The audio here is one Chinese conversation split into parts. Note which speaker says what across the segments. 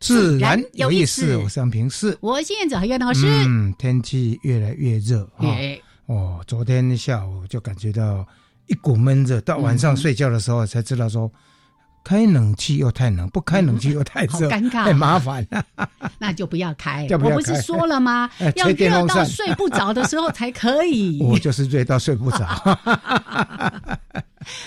Speaker 1: 自然有意
Speaker 2: 自然
Speaker 1: 思
Speaker 2: 有意，思
Speaker 1: 我是杨平是。
Speaker 2: 我是燕子和岳老师。哎
Speaker 1: 嗯，天气越来越热啊、
Speaker 2: 耶
Speaker 1: 哦！昨天下午就感觉到一股闷热，到晚上
Speaker 2: 嗯
Speaker 1: 睡觉的时候才知道说，开冷气又太冷，不开冷气又 太
Speaker 2: 好
Speaker 1: 热，
Speaker 2: 尴尬
Speaker 1: 太麻烦 了。
Speaker 2: 那就不要 开，
Speaker 1: 要不要
Speaker 2: 我不是
Speaker 1: 开
Speaker 2: 说了吗
Speaker 1: 哎？
Speaker 2: 要
Speaker 1: 吹电
Speaker 2: 热
Speaker 1: 风
Speaker 2: 到
Speaker 1: 扇
Speaker 2: 睡不着的时候才可以。
Speaker 1: 我就是热到睡 不着，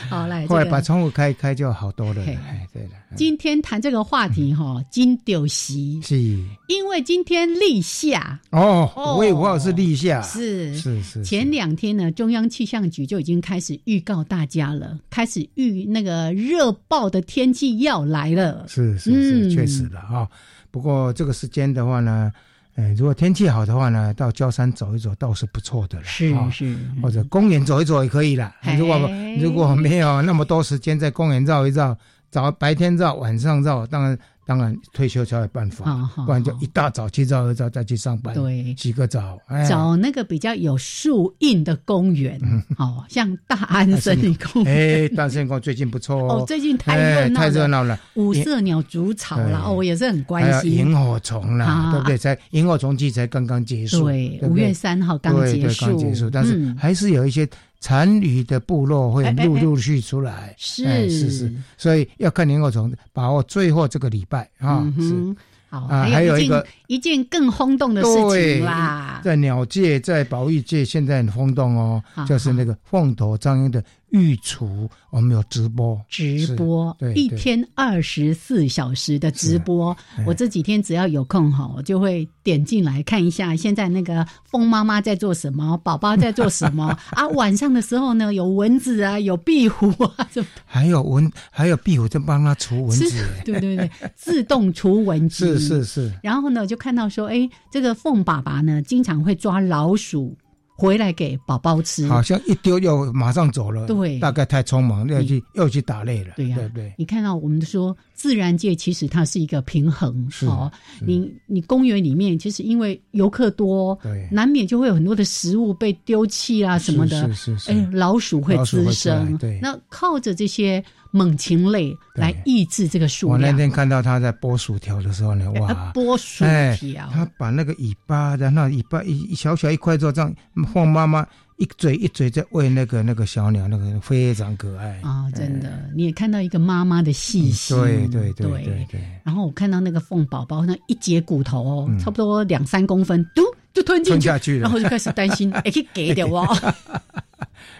Speaker 2: 好来，
Speaker 1: 后来
Speaker 2: 这
Speaker 1: 把
Speaker 2: 个
Speaker 1: 窗户开一开就好多了。
Speaker 2: 嘿
Speaker 1: 哎，对了，
Speaker 2: 今天谈这个话题
Speaker 1: 嗯
Speaker 2: 哈，金丢席，
Speaker 1: 是
Speaker 2: 因为今天立夏
Speaker 1: 哦，
Speaker 2: 哦
Speaker 1: 我以为我是立夏，
Speaker 2: 是
Speaker 1: 啊是是，
Speaker 2: 前
Speaker 1: 是
Speaker 2: 两天呢，中央气象局就已经开始预告大家了，开始预那个热爆的天气要来了。
Speaker 1: 是是是，
Speaker 2: 嗯
Speaker 1: 确实了啊、不过这个时间的话呢，呃，如果天气好的话呢，到郊山走一走倒是不错的了。
Speaker 2: 是
Speaker 1: 啊
Speaker 2: 是，
Speaker 1: 或者公园走一走也可以啦
Speaker 2: 嘿。
Speaker 1: 如果如果没有那么多时间在公园绕一绕，早白天绕，晚上绕，当然当然退休才有办法，
Speaker 2: 好好，
Speaker 1: 不然就
Speaker 2: 好
Speaker 1: 一大早去绕一绕再去上班，
Speaker 2: 啊哦对。
Speaker 1: 洗个澡，哎，嗯
Speaker 2: 找那个比较有树荫的公园，哦，像大安森林公园。
Speaker 1: 哎，单身狗最近不错
Speaker 2: 哦，
Speaker 1: 哦，
Speaker 2: 最近太热
Speaker 1: 哎，
Speaker 2: 闹
Speaker 1: 太
Speaker 2: 了，
Speaker 1: 热闹了，
Speaker 2: 五色鸟筑巢了，
Speaker 1: 对
Speaker 2: 哦，我也是很
Speaker 1: 还
Speaker 2: 关
Speaker 1: 有
Speaker 2: 心。
Speaker 1: 萤火虫
Speaker 2: 啊
Speaker 1: 啦，对不对？才萤火虫季才刚刚结束，
Speaker 2: 对，
Speaker 1: 不
Speaker 2: 五月三号刚
Speaker 1: 对
Speaker 2: 结
Speaker 1: 对
Speaker 2: 束，
Speaker 1: 刚结束，但是
Speaker 2: 嗯
Speaker 1: 还是有一些残余的部落会
Speaker 2: 哎哎哎
Speaker 1: 陆陆续出来，哎
Speaker 2: 是
Speaker 1: 是是。所以要看萤火虫，把握最后这个礼拜啊、
Speaker 2: 嗯
Speaker 1: 是
Speaker 2: 哼，好，
Speaker 1: 啊
Speaker 2: 还
Speaker 1: 还
Speaker 2: 有
Speaker 1: 有
Speaker 2: 一
Speaker 1: 一
Speaker 2: 件
Speaker 1: 个
Speaker 2: 一件更轰动的事情啦，
Speaker 1: 在鸟界、在保育界现在很轰动哦
Speaker 2: 好，
Speaker 1: 就是那个凤头章鱼的育雏，我们有直播，
Speaker 2: 直播
Speaker 1: 是对
Speaker 2: 一
Speaker 1: 对
Speaker 2: 天二十四小时的直播
Speaker 1: 哎，
Speaker 2: 我这几天只要有空哈，我就会点进来看一下现在那个风妈妈在做什么，宝宝在做什 么啊。晚上的时候呢，有蚊子啊，有壁虎啊，什么
Speaker 1: 还有蚊，还有壁虎在帮它除蚊
Speaker 2: 是
Speaker 1: 子，哎
Speaker 2: 对对对，自动除蚊机
Speaker 1: 是是是，
Speaker 2: 然后呢，就看到说，哎，这个凤爸爸呢，经常会抓老鼠回来给宝宝吃。
Speaker 1: 好像一丢又马上走
Speaker 2: 嗯
Speaker 1: 了，
Speaker 2: 对嗯
Speaker 1: 大概太匆忙，又去又去打猎了，
Speaker 2: 对呀
Speaker 1: 对不对？
Speaker 2: 你看到我们说自然界其实它是一个平衡，
Speaker 1: 是
Speaker 2: 哦，
Speaker 1: 是
Speaker 2: 你你公园里面其实因为游客多，
Speaker 1: 对
Speaker 2: 难免就会有很多的食物被丢弃啊什么的
Speaker 1: 是。是是
Speaker 2: 哎
Speaker 1: 是，，
Speaker 2: 老鼠会
Speaker 1: 老鼠
Speaker 2: 滋
Speaker 1: 会出来
Speaker 2: 生，
Speaker 1: 对
Speaker 2: 那靠着这些猛禽类来
Speaker 1: 对
Speaker 2: 抑制这个数
Speaker 1: 我那
Speaker 2: 量。
Speaker 1: 天看到他在剥薯条的时候呢，哇，
Speaker 2: 啊剥薯
Speaker 1: 哎
Speaker 2: 条，
Speaker 1: 他把那个尾巴，然后尾巴一一小小一块之后，这样凤妈妈一嘴一嘴在喂那个那个小鸟，那个非常可爱。
Speaker 2: 啊、真的，你也看到一个妈妈的细心，
Speaker 1: 对哎嗯对对对对，
Speaker 2: 然后我看到那个凤宝宝那一截骨头哦，
Speaker 1: 嗯
Speaker 2: 差不多两三公分，嘟就吞进
Speaker 1: 吞
Speaker 2: 去，
Speaker 1: 下去
Speaker 2: 然
Speaker 1: 了
Speaker 2: 后，就开始担 心，哎，可以给点哦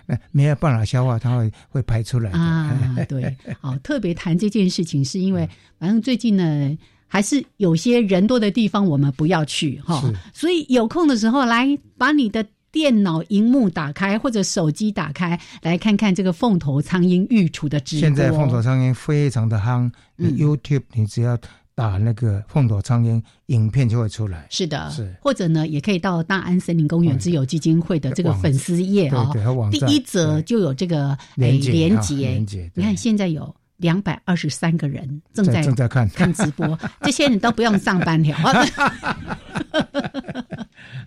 Speaker 1: 哎没有办法消化，它会会排出来的。
Speaker 2: 啊，对， 好，特别谈这件事情是因
Speaker 1: 嗯
Speaker 2: 为，反正最近呢。还是有些人多的地方我们不要去哈
Speaker 1: 是，
Speaker 2: 所以有空的时候来把你的电脑荧幕打开或者手机打开，来看看这个凤头苍蝇育雏的直播。
Speaker 1: 现在凤头苍蝇非常的夯，你
Speaker 2: 嗯
Speaker 1: YouTube 你只要打那个凤头苍蝇，影片就会出来。
Speaker 2: 是的，
Speaker 1: 是
Speaker 2: 或者呢，也可以到大安森林公园自由基金会的这个
Speaker 1: 网
Speaker 2: 粉丝页
Speaker 1: 对
Speaker 2: 啊、
Speaker 1: 对，和网
Speaker 2: 第
Speaker 1: 站
Speaker 2: 一则
Speaker 1: 对
Speaker 2: 就有这个哎
Speaker 1: 连接
Speaker 2: 连
Speaker 1: 啊
Speaker 2: 接
Speaker 1: 连。接，
Speaker 2: 你
Speaker 1: 对
Speaker 2: 看现在有两百二十三个人正在
Speaker 1: 在正在 看
Speaker 2: 看直播，这些人都不用上 班了。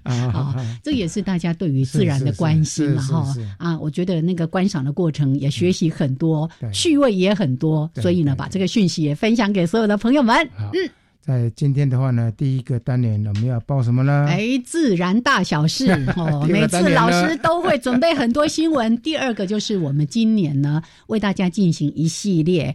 Speaker 1: 啊
Speaker 2: 好，哦这也是大家对于自然的关心嘛，
Speaker 1: 是是
Speaker 2: 哈
Speaker 1: 是是
Speaker 2: 啊，我觉得那个观赏的过程也学习很多，
Speaker 1: 对
Speaker 2: 趣味也很多，
Speaker 1: 对
Speaker 2: 所以呢，
Speaker 1: 对
Speaker 2: 把
Speaker 1: 对
Speaker 2: 这个讯息也分享给所有的朋友们。
Speaker 1: 好，在今天的话呢，第一个单元我们要报什么呢？
Speaker 2: 哎，自然大小事 哦，
Speaker 1: 第二
Speaker 2: 每
Speaker 1: 个
Speaker 2: 次
Speaker 1: 单元呢
Speaker 2: 老师都会准备很多新闻。第二个就是我们今年呢，为大家进行一系列。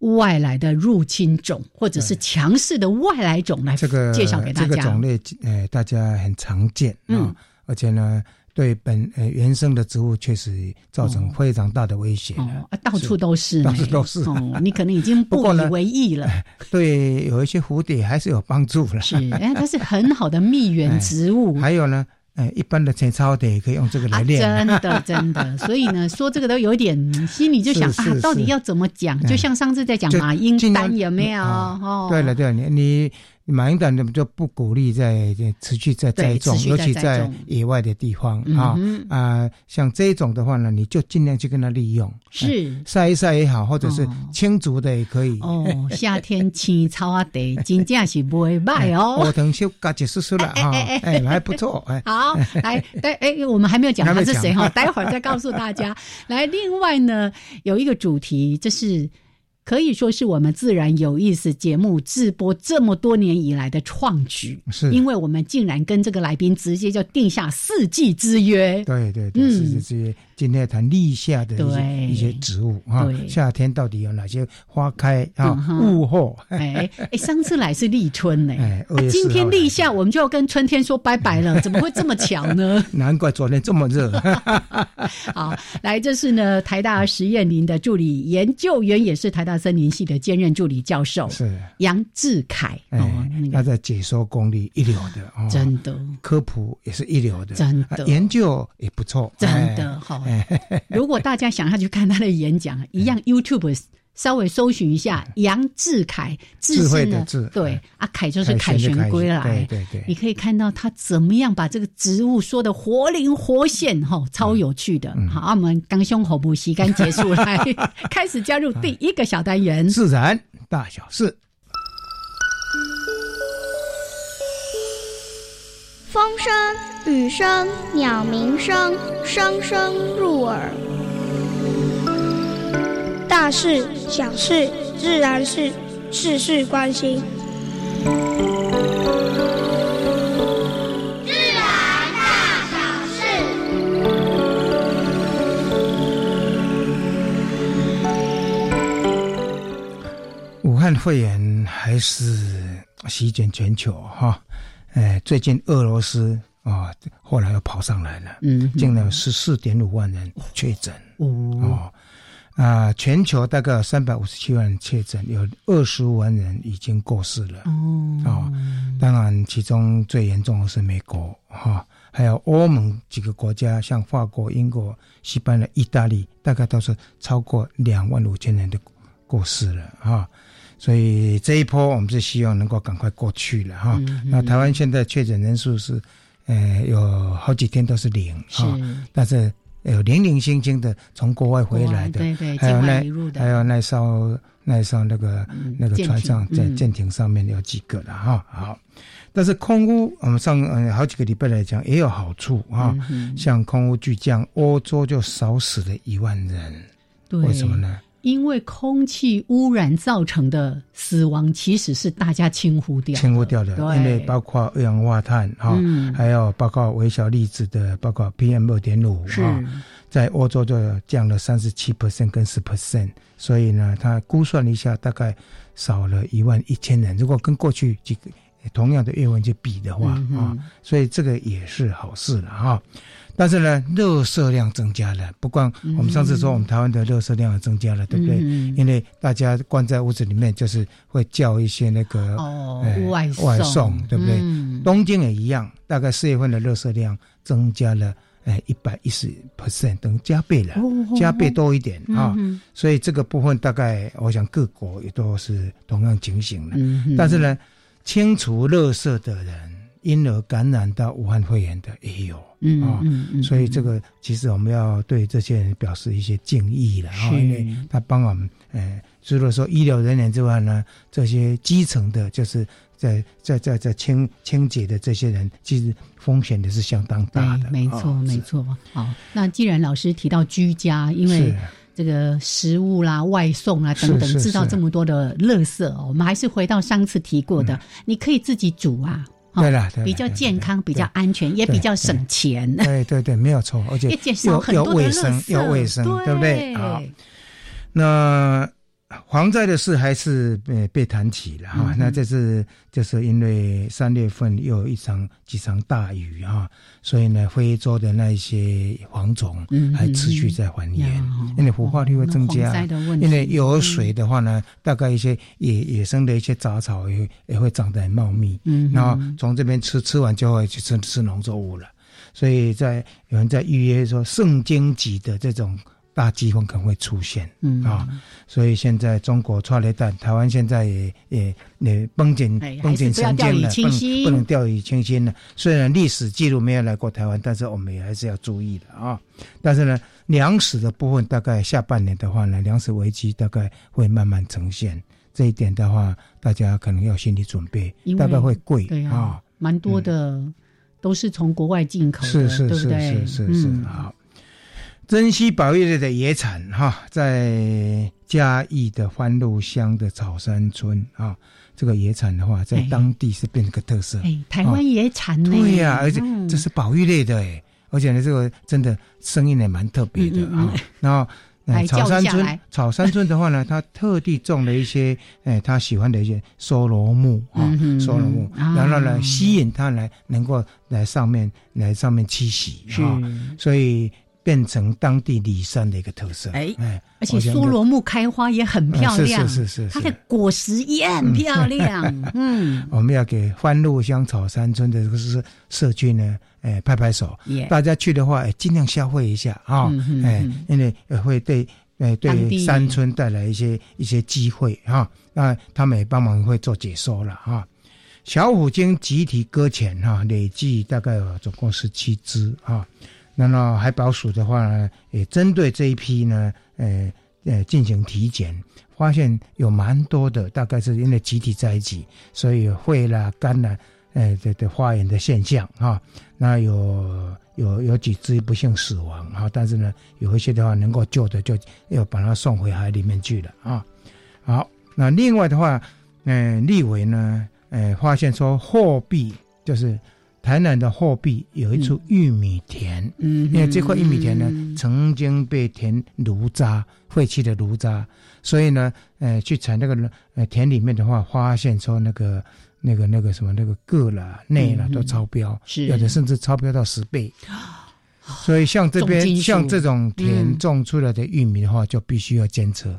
Speaker 2: 外来的入侵种或者是强势的外来种来
Speaker 1: 这个
Speaker 2: 介绍给大家。
Speaker 1: 这个种类，呃，大家很常见啊、
Speaker 2: 嗯
Speaker 1: 而且呢，对本呃原生的植物确实造成非常大的威胁。
Speaker 2: 哦、啊，到处都是呢，
Speaker 1: 到处都是
Speaker 2: 哦，你可能已经
Speaker 1: 不
Speaker 2: 不
Speaker 1: 过
Speaker 2: 以
Speaker 1: 呢
Speaker 2: 为意了。
Speaker 1: 对，有一些蝴蝶还是有帮助的。
Speaker 2: 是，哎，它是很好的蜜
Speaker 1: 哎
Speaker 2: 源植物。
Speaker 1: 还有呢，呃，一般的浅草蝶也可以用这个来
Speaker 2: 啊，
Speaker 1: 练。
Speaker 2: 真 的真的，所以呢，说这个都有点心里就想
Speaker 1: 是是
Speaker 2: 啊，
Speaker 1: 是
Speaker 2: 到底要怎么讲？
Speaker 1: 嗯
Speaker 2: 就像上次在讲
Speaker 1: 就
Speaker 2: 马英
Speaker 1: 尽量
Speaker 2: 丹有没有？
Speaker 1: 啊
Speaker 2: 哦，
Speaker 1: 对了，对了，你你马英党就不鼓励再持续再
Speaker 2: 对
Speaker 1: 栽种
Speaker 2: 持，续
Speaker 1: 尤
Speaker 2: 再
Speaker 1: 其
Speaker 2: 栽
Speaker 1: 在
Speaker 2: 种
Speaker 1: 野外的地方
Speaker 2: 嗯
Speaker 1: 啊
Speaker 2: 哼，
Speaker 1: 啊、像这种的话呢，你就尽量去跟它利用，哎
Speaker 2: 是
Speaker 1: 晒一晒也好，或者是
Speaker 2: 哦
Speaker 1: 清竹的也可以。
Speaker 2: 哦，夏天青草啊地真正是不会卖
Speaker 1: 哎我
Speaker 2: 哦。
Speaker 1: 等修嘎结束束了哈，哎，还不错，哎，
Speaker 2: 好，来，待哎，我们还没有讲
Speaker 1: 还
Speaker 2: 他
Speaker 1: 没
Speaker 2: 是谁
Speaker 1: 讲
Speaker 2: 哈，待会儿再告诉大 家。来，另外呢，有一个主题，这是可以说是我们自然有意思节目直播这么多年以来的创举，
Speaker 1: 是，
Speaker 2: 因为我们竟然跟这个来宾直接就定下四季之约。
Speaker 1: 对对对，是是是，今天谈立夏的一
Speaker 2: 嗯对
Speaker 1: 些一些植物啊
Speaker 2: 对，
Speaker 1: 夏天到底有哪些花开啊
Speaker 2: 嗯？哼
Speaker 1: 物候，
Speaker 2: 哎哎，上次来是立春呢、
Speaker 1: 哎
Speaker 2: 啊
Speaker 1: 2月
Speaker 2: 今
Speaker 1: 4
Speaker 2: 天
Speaker 1: 号
Speaker 2: 立
Speaker 1: 来
Speaker 2: 夏，我们就要跟春天说拜拜 了，怎么会这么巧呢？
Speaker 1: 难怪昨天这 么热，
Speaker 2: 好，来，这是呢台大实验林的助理研究员，也是台大森林系的兼任助理教授
Speaker 1: 是。
Speaker 2: 杨志凯。哦
Speaker 1: 哎，
Speaker 2: 那，
Speaker 1: 他
Speaker 2: 个
Speaker 1: 的解说功力一流的，哦、
Speaker 2: 真的。
Speaker 1: 科普也是一流的，
Speaker 2: 真
Speaker 1: 啊
Speaker 2: 的
Speaker 1: 研究也不错，
Speaker 2: 真
Speaker 1: 哎
Speaker 2: 的好，如果大家想要去看他的演讲，一样 YouTube 稍微搜寻一下杨志凯，志
Speaker 1: 智慧
Speaker 2: 是
Speaker 1: 的
Speaker 2: 呢
Speaker 1: 智，
Speaker 2: 对
Speaker 1: 哎
Speaker 2: 啊，凯就是凯
Speaker 1: 凯旋
Speaker 2: 旋
Speaker 1: 的
Speaker 2: 归
Speaker 1: 凯
Speaker 2: 来，
Speaker 1: 对对对
Speaker 2: 你可以看到他怎么样把这个植物说的活灵活现，哈、超有趣的。
Speaker 1: 嗯
Speaker 2: 好，啊我们刚胸口部吸干结束 来，开始加入第一个小单元。
Speaker 1: 自然大小事，
Speaker 3: 风声、雨声、鸟鸣声，声声入耳。大事、小事、自然是，事事关心。
Speaker 1: 武汉肺炎还是席卷全球哈、哎，最近俄罗斯啊、后来又跑上来了，
Speaker 2: 嗯哼，
Speaker 1: 竟然有十四点五万人确诊
Speaker 2: 哦，
Speaker 1: 哦。啊、全球大概三百五十七万人确诊，有二十五万人已经过世了。
Speaker 2: 哦
Speaker 1: 哦，当然，其中最严重的是美国哈、还有欧盟几个国家，像法国、英国、西班牙、意大利，大概都是超过两万五千人的过世了哈、所以这一波我们是希望能够赶快过去了哈、那台湾现在确诊人数是，呃，有好几天都是零
Speaker 2: 是
Speaker 1: 哈、但是有零零星星的从国外回来的，
Speaker 2: 哦对对，
Speaker 1: 还
Speaker 2: 境
Speaker 1: 有
Speaker 2: 外
Speaker 1: 那
Speaker 2: 一路的，
Speaker 1: 还有那艘那艘那个、
Speaker 2: 嗯
Speaker 1: 那个船上
Speaker 2: 舰
Speaker 1: 在
Speaker 2: 艇嗯
Speaker 1: 舰艇上面有几个了哈、好，但是空屋我们上呃好几个礼拜来讲也有好处啊、
Speaker 2: 嗯哼
Speaker 1: 像空屋巨降，欧洲就少死了一万人，
Speaker 2: 对，
Speaker 1: 为什么？呢？
Speaker 2: 因为空气污染造成的死亡，其实是大家轻忽掉的，
Speaker 1: 清污掉的，
Speaker 2: 对
Speaker 1: 因为包括二氧化碳哈、
Speaker 2: 嗯
Speaker 1: 还有包括微小粒子的，包括啊 PM 二点五
Speaker 2: 是
Speaker 1: 哈，在欧洲就降了三十七 percent 跟十 percent，所以呢，他估算了一下，大概少了一万一千人。如果跟过去几个同样的月份去比的话啊、
Speaker 2: 嗯哼
Speaker 1: 所以这个也是好事了哈、但是呢，热色量增加了，不光我们上次说我们台湾的热色量也增加了，对不对？
Speaker 2: 嗯
Speaker 1: 因为大家关在屋子里面，就是会叫一些那个
Speaker 2: 哦
Speaker 1: 哎，
Speaker 2: 外
Speaker 1: 外送对不对
Speaker 2: 嗯
Speaker 1: 东京也一样，大概四月份的热射量增加了呃一百一十 percent，等于加倍了，
Speaker 2: 哦
Speaker 1: 加倍多一点啊、
Speaker 2: 嗯
Speaker 1: 所以这个部分大概我想各国也都是同样情形了。
Speaker 2: 嗯哼
Speaker 1: 但是呢，清除热射的人，因而感染到武汉肺炎的也有。
Speaker 2: 嗯
Speaker 1: 啊
Speaker 2: 嗯嗯，
Speaker 1: 所以这个其实我们要对这些人表示一些敬意了啊，
Speaker 2: 是
Speaker 1: 因为他帮我们，呃，除了说医疗人员之外呢，这些基层的，就是在在在在清清洁的这些人，其实风险也是相当
Speaker 2: 对
Speaker 1: 大的，，
Speaker 2: 没错，
Speaker 1: 啊
Speaker 2: 没。错。好，那既然老师提到居家，因
Speaker 1: 是
Speaker 2: 为
Speaker 1: 是
Speaker 2: 这个食物啦、外送啦
Speaker 1: 是
Speaker 2: 等等，
Speaker 1: 是
Speaker 2: 制造
Speaker 1: 是
Speaker 2: 这么多的垃圾哦，我们还是回到上次提过的，你可以自己煮啊，哦
Speaker 1: 对嗯啦对啦
Speaker 2: 比较
Speaker 1: 对啦
Speaker 2: 健康，比
Speaker 1: 对
Speaker 2: 较安全，也
Speaker 1: 对
Speaker 2: 比较
Speaker 1: 对
Speaker 2: 省钱，
Speaker 1: 对对对，没有错，而且
Speaker 2: 也减少
Speaker 1: 又
Speaker 2: 很
Speaker 1: 又
Speaker 2: 多的
Speaker 1: 卫
Speaker 2: 垃
Speaker 1: 生
Speaker 2: 圾，
Speaker 1: 啊哦又卫生，对不对？好，
Speaker 2: 对？
Speaker 1: 那蝗灾的事还是呃被谈起了哈、
Speaker 2: 嗯哼
Speaker 1: 那这次就是因为三月份又有一场几场大雨哈，所以呢，非洲的那一些蝗虫
Speaker 2: 嗯哼嗯
Speaker 1: 还持续在繁衍，
Speaker 2: 呀
Speaker 1: 因为腐化率会增
Speaker 2: 哦那蝗
Speaker 1: 加。
Speaker 2: 灾的问题
Speaker 1: 因为有水的话呢，
Speaker 2: 嗯
Speaker 1: 大概一些野野生的一些杂草也也会长得很茂密，
Speaker 2: 嗯哼
Speaker 1: 然后从这边吃吃完就会去吃吃农作物了。所以在有人在预约说圣经级的这种大饥荒可能会出现。
Speaker 2: 嗯
Speaker 1: 啊所以现在中国抓雷弹，台湾现在也也也绷紧
Speaker 2: 哎还是
Speaker 1: 绷紧神经
Speaker 2: 不要掉
Speaker 1: 了，
Speaker 2: 以
Speaker 1: 不
Speaker 2: 轻
Speaker 1: 能
Speaker 2: 心
Speaker 1: 不能掉以轻心了。虽然历史记录没有来过台湾，但是我们也还是要注意的啊。但是呢，粮食的部分大概下半年的话呢，粮食危机大概会慢慢呈现。这一点的话，大家可能要心理准备
Speaker 2: 因，为
Speaker 1: 大概会贵
Speaker 2: 对
Speaker 1: 啊
Speaker 2: 啊。，蛮多的都是从国外进口
Speaker 1: 是
Speaker 2: 的，
Speaker 1: 是
Speaker 2: 对
Speaker 1: 是
Speaker 2: 不对？
Speaker 1: 是是啊是
Speaker 2: 嗯，
Speaker 1: 好。珍稀保育类的野产哈，在嘉义的欢鹿乡的草山村啊，这个野产的话，在
Speaker 2: 哎
Speaker 1: 当地是变成个特色。
Speaker 2: 哎，台湾也产呢，
Speaker 1: 啊对呀、而且
Speaker 2: 嗯
Speaker 1: 这是保育类的哎，而且呢，这个真的声音也蛮特别的
Speaker 2: 嗯嗯嗯
Speaker 1: 啊。然后，
Speaker 2: 还
Speaker 1: 呃
Speaker 2: 叫
Speaker 1: 草山
Speaker 2: 下
Speaker 1: 村
Speaker 2: 来，
Speaker 1: 草山村的话呢，他特地种了一些，哎，他喜欢的一些梭罗木啊
Speaker 2: 嗯哼，
Speaker 1: 梭罗木，
Speaker 2: 啊
Speaker 1: 然后呢，吸引他来能够来上面来上面栖息
Speaker 2: 是，
Speaker 1: 啊，所以变成当地里山的一个特色。
Speaker 2: 哎
Speaker 1: 哎，
Speaker 2: 而且
Speaker 1: 我想
Speaker 2: 梭罗木开花也很漂亮，
Speaker 1: 嗯是是是是
Speaker 2: 它
Speaker 1: 是
Speaker 2: 的果实也很漂 亮，嗯，
Speaker 1: 我们要给欢鹿乡草山村的这个社社区呢，哎，拍拍手，
Speaker 2: 也
Speaker 1: 大家去的话，哎尽量消费一下啊
Speaker 2: 嗯哼，
Speaker 1: 哎
Speaker 2: 嗯，
Speaker 1: 因为呃会对。哎，
Speaker 2: 当
Speaker 1: 对
Speaker 2: 地
Speaker 1: 山村带来一些一些机会哈，那他们也帮忙会做解说了哈。小虎鲸集体搁浅哈，累计大概有总共十七只哈。那么海保署的话呢，也针对这一批呢，呃呃进行体检，发现有蛮多的，大概是因为集体在一起，所以有会啦、肝啦，呃的的发炎的现象哈、那有有有几只不幸死亡哈、但是呢，有一些的话能够救的就要把它送回海里面去了啊。好，那另外的话，嗯、立委呢，呃，发现说货币就是台南的货币有一处玉米田。
Speaker 2: 嗯哼，
Speaker 1: 因为这块玉米田呢，
Speaker 2: 嗯
Speaker 1: 曾经被填炉渣，废弃的炉渣，所以呢，呃，去采那个呃田里面的话，发现说那个那个那个什么那个铬啦、内啦
Speaker 2: 嗯嗯
Speaker 1: 都超标，
Speaker 2: 是
Speaker 1: 有的甚至超标到十倍。所以像这
Speaker 2: 重
Speaker 1: 边
Speaker 2: 金属
Speaker 1: 像这种田
Speaker 2: 嗯
Speaker 1: 种出来的玉米的话，就必须要监测。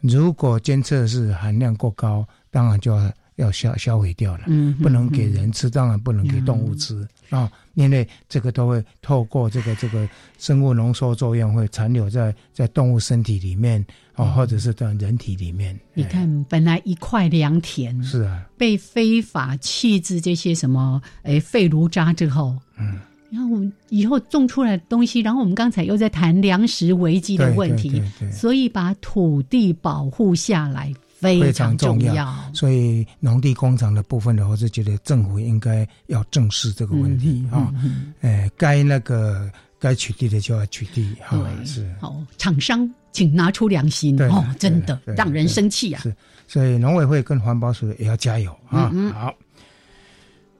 Speaker 1: 如果监测是含量过高，当然就要要销销毁掉了。
Speaker 2: 嗯哼
Speaker 1: 不能给人吃，当然不能给动物吃啊、因为这个都会透过这个这个生物浓缩作用，会残留在在动物身体里面啊、
Speaker 2: 嗯
Speaker 1: 或者是在人体里面。
Speaker 2: 你
Speaker 1: 哎，
Speaker 2: 看，本来一块良田
Speaker 1: 是啊，
Speaker 2: 被非法弃置这些什么，哎，废炉渣之后，
Speaker 1: 嗯，
Speaker 2: 然后我们以后种出来的东西，然后我们刚才又在谈粮食危机的
Speaker 1: 对
Speaker 2: 问
Speaker 1: 对
Speaker 2: 题，
Speaker 1: 对对
Speaker 2: 所以把土地保护下来非常重
Speaker 1: 非常重所以农地工厂的部分呢，我是觉得政府应该要正视这个问题
Speaker 2: 嗯
Speaker 1: 啊、
Speaker 2: 嗯
Speaker 1: 哎，该那个该取缔的就要取缔哈、
Speaker 2: 对，
Speaker 1: 是。
Speaker 2: 好，厂商请拿出良心
Speaker 1: 对
Speaker 2: 哦
Speaker 1: 对，
Speaker 2: 真的
Speaker 1: 对
Speaker 2: 让人生气啊！
Speaker 1: 是，所以农委会跟环保署也要加油啊！
Speaker 2: 嗯嗯
Speaker 1: 好，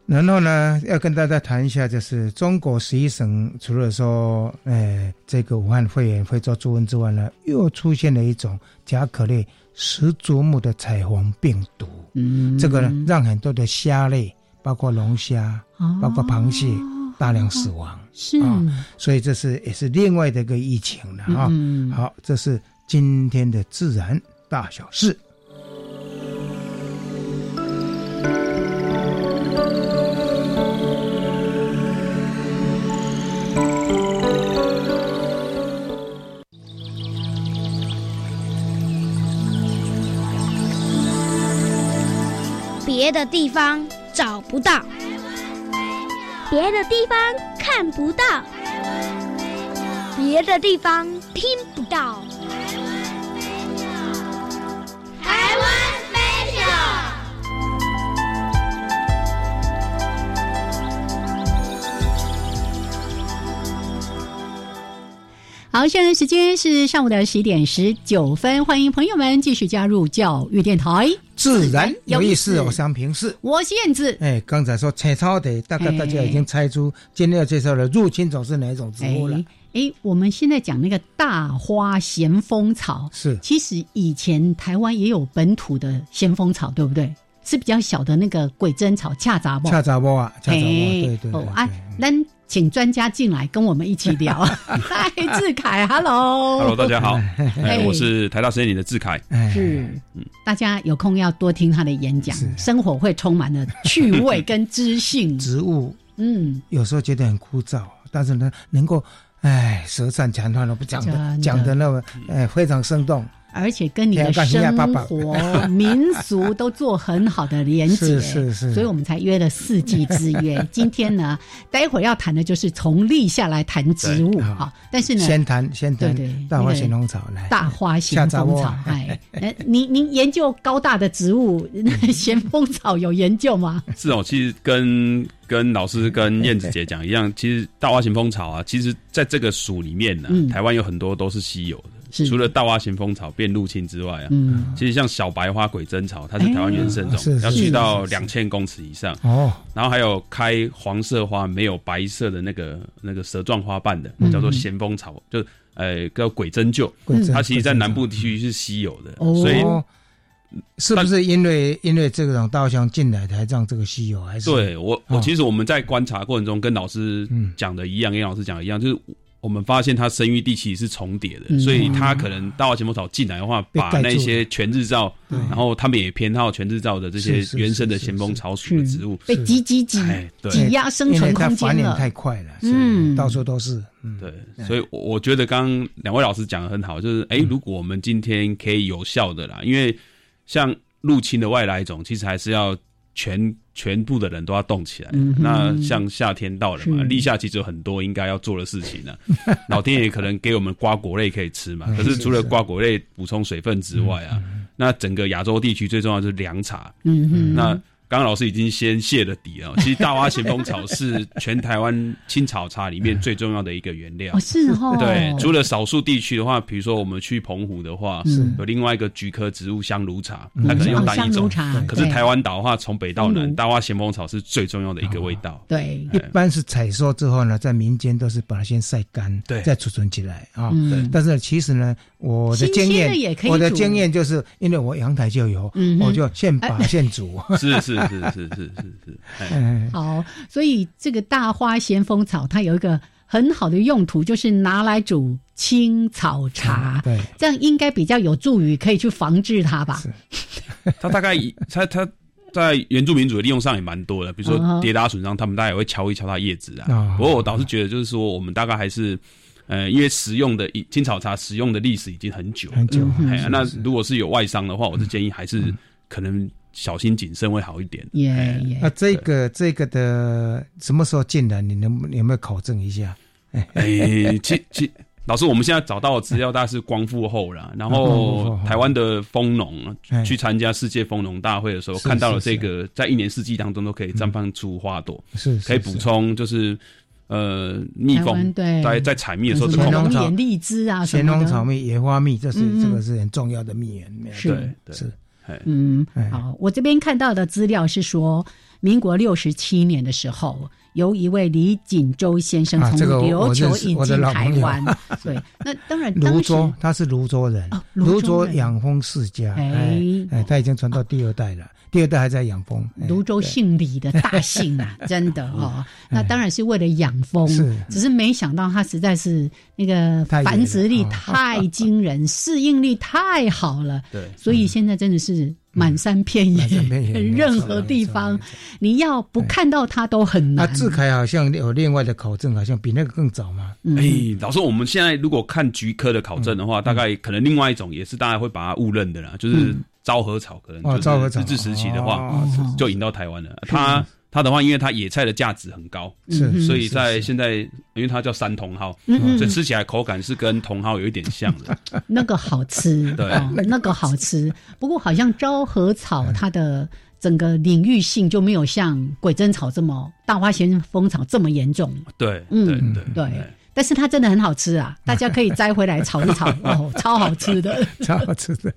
Speaker 1: 然后呢，要跟大家谈一下，就是中国十一省除了说，呃，这个武汉肺炎非洲猪瘟之外呢，又出现了一种甲壳类石竹目的彩虹病毒，
Speaker 2: 嗯，
Speaker 1: 这个呢，让很多的虾类，包括龙虾，
Speaker 2: 哦
Speaker 1: 包括螃蟹大量死亡，
Speaker 2: 是
Speaker 1: 啊所以这是也是另外的一个疫情了啊！
Speaker 2: 嗯
Speaker 1: 好，这是今天的自然大小事。
Speaker 3: 别的地方找不到，别的地方看不到，别的地方听不到。台湾 special。
Speaker 2: 好，好，现在时间是上午的十一点十九分，欢迎朋友们继续加入教育电台。
Speaker 1: 自然有意
Speaker 2: 有意
Speaker 1: 思，
Speaker 2: 思
Speaker 1: 我想平视。
Speaker 2: 我是燕子，
Speaker 1: 哎，刚才说浅草的，大概
Speaker 2: 哎
Speaker 1: 大家已经猜出今天要介绍的入侵种是哪一种植物了
Speaker 2: 哎。哎，我们现在讲那个大花咸丰草，
Speaker 1: 是
Speaker 2: 其实以前台湾也有本土的咸丰草，对不对？是比较小的那个鬼针草、恰杂木。
Speaker 1: 恰杂波啊，恰杂波，
Speaker 2: 嘿
Speaker 1: 对对对
Speaker 2: 哎哦啊
Speaker 1: 对，
Speaker 2: 那请专家进来跟我们一起 聊。 嗨，志凯
Speaker 4: Hello，
Speaker 2: ，Hello，
Speaker 4: 大家好，
Speaker 2: 哎
Speaker 4: 哎，我是台大实验里的志凯。
Speaker 1: 哎，
Speaker 2: 是嗯大家有空要多听他的演讲，生活会充满了趣味跟知 性。
Speaker 1: 植物
Speaker 2: 嗯，
Speaker 1: 有时候觉得很枯燥，但是呢，能够哎舌战强团了，不讲
Speaker 2: 真的嗯
Speaker 1: 的讲的那么哎非常生动，
Speaker 2: 而且跟
Speaker 1: 哎
Speaker 2: 你的生 活、民俗都做很好的连结，
Speaker 1: 是是是
Speaker 2: 所以我们才约了四季之 约。今天呢，待会儿要谈的就是从立夏来谈植物
Speaker 1: 对
Speaker 2: 哈、
Speaker 1: 好
Speaker 2: 但是呢，
Speaker 1: 先谈先谈
Speaker 2: 对对
Speaker 1: 大花
Speaker 2: 那个
Speaker 1: 咸丰草来，
Speaker 2: 大花咸丰
Speaker 1: 吓
Speaker 2: 草
Speaker 1: 着，我
Speaker 2: 哎，呃您您研究高大的植物， 咸丰草有研究吗？
Speaker 4: 是哦，其实跟跟老师跟燕子姐讲一样，其实大花咸丰草啊，其实在这个属里面呢、
Speaker 2: 嗯
Speaker 4: 台湾有很多都是稀有的，
Speaker 1: 嗯
Speaker 2: 是，
Speaker 4: 除了大花咸丰草变入侵之外啊。
Speaker 2: 嗯，
Speaker 4: 其实像小白花鬼针草，它是台湾原生
Speaker 1: 哎是
Speaker 4: 种，
Speaker 1: 是
Speaker 4: 要去到
Speaker 1: 是是
Speaker 4: 两千公尺以上。
Speaker 1: 哦，
Speaker 4: 然后还有开黄色花没有白色的那个那个蛇状花瓣的，
Speaker 1: 嗯
Speaker 4: 叫做咸丰草，就是呃叫鬼针灸，
Speaker 1: 贵州
Speaker 4: 它其实在南部地区是稀有的，
Speaker 2: 嗯哦
Speaker 4: 所以
Speaker 1: 哦，是不是因为因为这种稻香进来才让这个稀有？还是
Speaker 4: 对我，我
Speaker 1: 哦
Speaker 4: 其实我们在观察过程中跟老师
Speaker 1: 嗯
Speaker 4: 讲的一样，跟老师讲的一样，就是我们发现它生育地其实是重叠的，
Speaker 2: 嗯
Speaker 4: 所以它可能大花咸丰草进来的话，
Speaker 1: 被
Speaker 4: 把
Speaker 1: 盖住
Speaker 4: 那些全日照，
Speaker 1: 对
Speaker 4: 然后他们也偏好全日照的这
Speaker 1: 是
Speaker 4: 些
Speaker 1: 是
Speaker 4: 原生的
Speaker 1: 是嗯是
Speaker 4: 咸丰草属的
Speaker 2: 是
Speaker 4: 植物，
Speaker 2: 被挤挤挤
Speaker 4: 哎，对
Speaker 2: 挤压生
Speaker 1: 因为
Speaker 2: 存
Speaker 1: 它
Speaker 2: 空
Speaker 1: 繁
Speaker 2: 间
Speaker 1: 衍
Speaker 2: 了，
Speaker 1: 太快了，
Speaker 2: 嗯
Speaker 1: 嗯，到处都是，嗯，
Speaker 4: 对，所以我我觉得刚刚两位老师讲的很好，就是哎、诶如果我们今天可以有效的啦，因为像入侵的外来种，其实还是要全全部的人都要动起来。
Speaker 2: 嗯哼
Speaker 4: 那像夏天到了嘛
Speaker 2: 是，
Speaker 4: 立夏其实有很多应该要做的事情呢、老天爷可能给我们瓜果类可以吃嘛，可是除了瓜果类补充水分之外啊，那整个亚洲地区最重要就是凉茶。
Speaker 2: 嗯哼，
Speaker 4: 那刚刚老师已经先泄了底了哦。其实大花咸丰草是全台湾青草茶里面最重要的一个原料
Speaker 2: 哦。是哦，
Speaker 4: 对，除了少数地区的话，比如说我们去澎湖的话，
Speaker 2: 嗯是
Speaker 4: 有另外一个菊科植物香炉茶，
Speaker 1: 嗯
Speaker 4: 它可能用
Speaker 2: 哦
Speaker 4: 单
Speaker 2: 香
Speaker 4: 一
Speaker 2: 炉
Speaker 4: 种。
Speaker 2: 茶，
Speaker 4: 可是
Speaker 2: 对
Speaker 4: 台湾岛的话，从北到
Speaker 2: 香
Speaker 4: 南
Speaker 2: 炉，
Speaker 4: 大花咸丰草是最重要的一个味道。
Speaker 2: 对，
Speaker 4: 哎
Speaker 1: 一般是采收之后呢，在民间都是把它先晒干，
Speaker 4: 对
Speaker 1: 再储存起来啊。
Speaker 2: 嗯，
Speaker 1: 但是其实呢，我的
Speaker 2: 新
Speaker 1: 经
Speaker 2: 鲜
Speaker 1: 验
Speaker 2: 的也可以，
Speaker 1: 我的经，验就是因为我阳台就有，
Speaker 2: 嗯哼啊
Speaker 1: 我就现拔现 煮。
Speaker 2: 嗯
Speaker 4: 是是是是是是是，哎
Speaker 1: 嗯，
Speaker 2: 好，哦所以这个大花咸丰草它有一个很好的用途，就是拿来煮青草茶，
Speaker 4: 嗯
Speaker 1: 对，
Speaker 2: 这样应该比较有助于可以去防治它吧？
Speaker 1: 是
Speaker 4: 它大概一它它在原住民族的利用上也蛮多的，比如
Speaker 2: 嗯哼
Speaker 4: 说跌打损伤，他们大概也会敲一敲它叶子
Speaker 1: 哦
Speaker 4: 啊。不过我倒是觉得，就是说我们大概还是。呃，因为食用的青草茶食用的历史已经很久了，
Speaker 1: 很久
Speaker 2: 嗯。哼
Speaker 4: 哎呀，那
Speaker 1: 是嗯
Speaker 4: 如果是有外伤的话，我是建议还是可能小心谨慎会好一点。
Speaker 2: 也
Speaker 4: 哎
Speaker 1: 那
Speaker 2: 也，
Speaker 1: 这个这个的什么时候进来？你能不你有没有考证一下？
Speaker 4: 哎，其其老师，我们现在找到的资料大概是光复后啦，然
Speaker 1: 哦
Speaker 4: 后台湾的蜂农
Speaker 1: 哎
Speaker 4: 去参加世界蜂农大会的时候，
Speaker 1: 是
Speaker 4: 看到了
Speaker 1: 是是嗯
Speaker 4: 这个，在一年四季当中都可以绽放出花朵，
Speaker 1: 是
Speaker 4: 可以补。充就是呃蜜
Speaker 2: 台
Speaker 4: 蜂
Speaker 2: 湾对
Speaker 4: 在在采蜜的时候
Speaker 2: 什
Speaker 4: 是
Speaker 2: 么
Speaker 4: 控
Speaker 1: 农
Speaker 4: 制
Speaker 2: 龙
Speaker 1: 草
Speaker 2: 眼荔枝啊什
Speaker 1: 咸
Speaker 2: 么
Speaker 1: 丰草
Speaker 2: 的。
Speaker 1: 蜜、野花蜜，这是
Speaker 2: 嗯嗯
Speaker 1: 这个是很重要的蜜源。没有
Speaker 2: 是
Speaker 1: 对
Speaker 4: 对
Speaker 1: 是
Speaker 2: 嗯
Speaker 1: 哎，
Speaker 2: 好，我这边看到的资料是说，民国六十七年的时候，由一位李锦州先生
Speaker 1: 啊这个
Speaker 2: 从
Speaker 1: 我
Speaker 2: 琉球
Speaker 1: 我认识
Speaker 2: 引
Speaker 1: 我的
Speaker 2: 进
Speaker 1: 老
Speaker 2: 台
Speaker 1: 朋友
Speaker 2: 湾。 对，那当然当
Speaker 1: 泸
Speaker 2: 时
Speaker 1: 州，他是泸州人
Speaker 2: 哦，泸
Speaker 1: 泸
Speaker 2: 州
Speaker 1: 州
Speaker 2: 人
Speaker 1: 养蜂世家，
Speaker 2: 哎
Speaker 1: 哎哎，他已经传到第二代了，第二代还在养蜂。哎
Speaker 2: 泸州
Speaker 1: 对
Speaker 2: 姓李的大姓啊， 真的哦，那当然是为了养蜂
Speaker 1: 哎是，
Speaker 2: 只是没想到它实在是那个
Speaker 1: 太野了
Speaker 2: 繁殖力
Speaker 1: 哦
Speaker 2: 太惊 人，适应力太好了，
Speaker 4: 对。
Speaker 2: 所以现在真的是满山遍野
Speaker 1: 嗯满山遍，野
Speaker 2: 任何地
Speaker 1: 没
Speaker 2: 方
Speaker 1: 错没错
Speaker 2: 你要不看到它都很
Speaker 1: 哎那
Speaker 2: 难。
Speaker 1: 志凯好像有另外的考证，好像比那个更早嘛。
Speaker 2: 嗯
Speaker 4: 哎、老师，我们现在如果看菊科的考证的话，大概可能另外一种也是大家会把它误认的啦，就是昭和草，可能
Speaker 1: 哦，昭和
Speaker 4: 就
Speaker 1: 草
Speaker 4: 是日治时期的
Speaker 5: 啊
Speaker 4: 话，
Speaker 1: 哦
Speaker 2: 哦
Speaker 4: 就引到台湾了。它它的话，因为它野菜的价值很高，
Speaker 1: 是
Speaker 2: 嗯
Speaker 1: 是，
Speaker 4: 所以在
Speaker 1: 是是
Speaker 4: 现在，因为它叫山茼蒿，
Speaker 2: 嗯嗯
Speaker 4: 所以吃起来口感是跟茼蒿有一点像的。
Speaker 2: 那个好 吃，
Speaker 4: 对
Speaker 2: 哦那个好吃。不过好像昭和草它的整个领域性就没有像鬼针草这么大花咸丰草这么严重。
Speaker 4: 对，
Speaker 2: 嗯
Speaker 4: 对对
Speaker 2: 对
Speaker 4: 哎
Speaker 2: 但是它真的很好吃 啊，大家可以摘回来炒一炒，哦，超好吃的。
Speaker 1: 超好吃 的。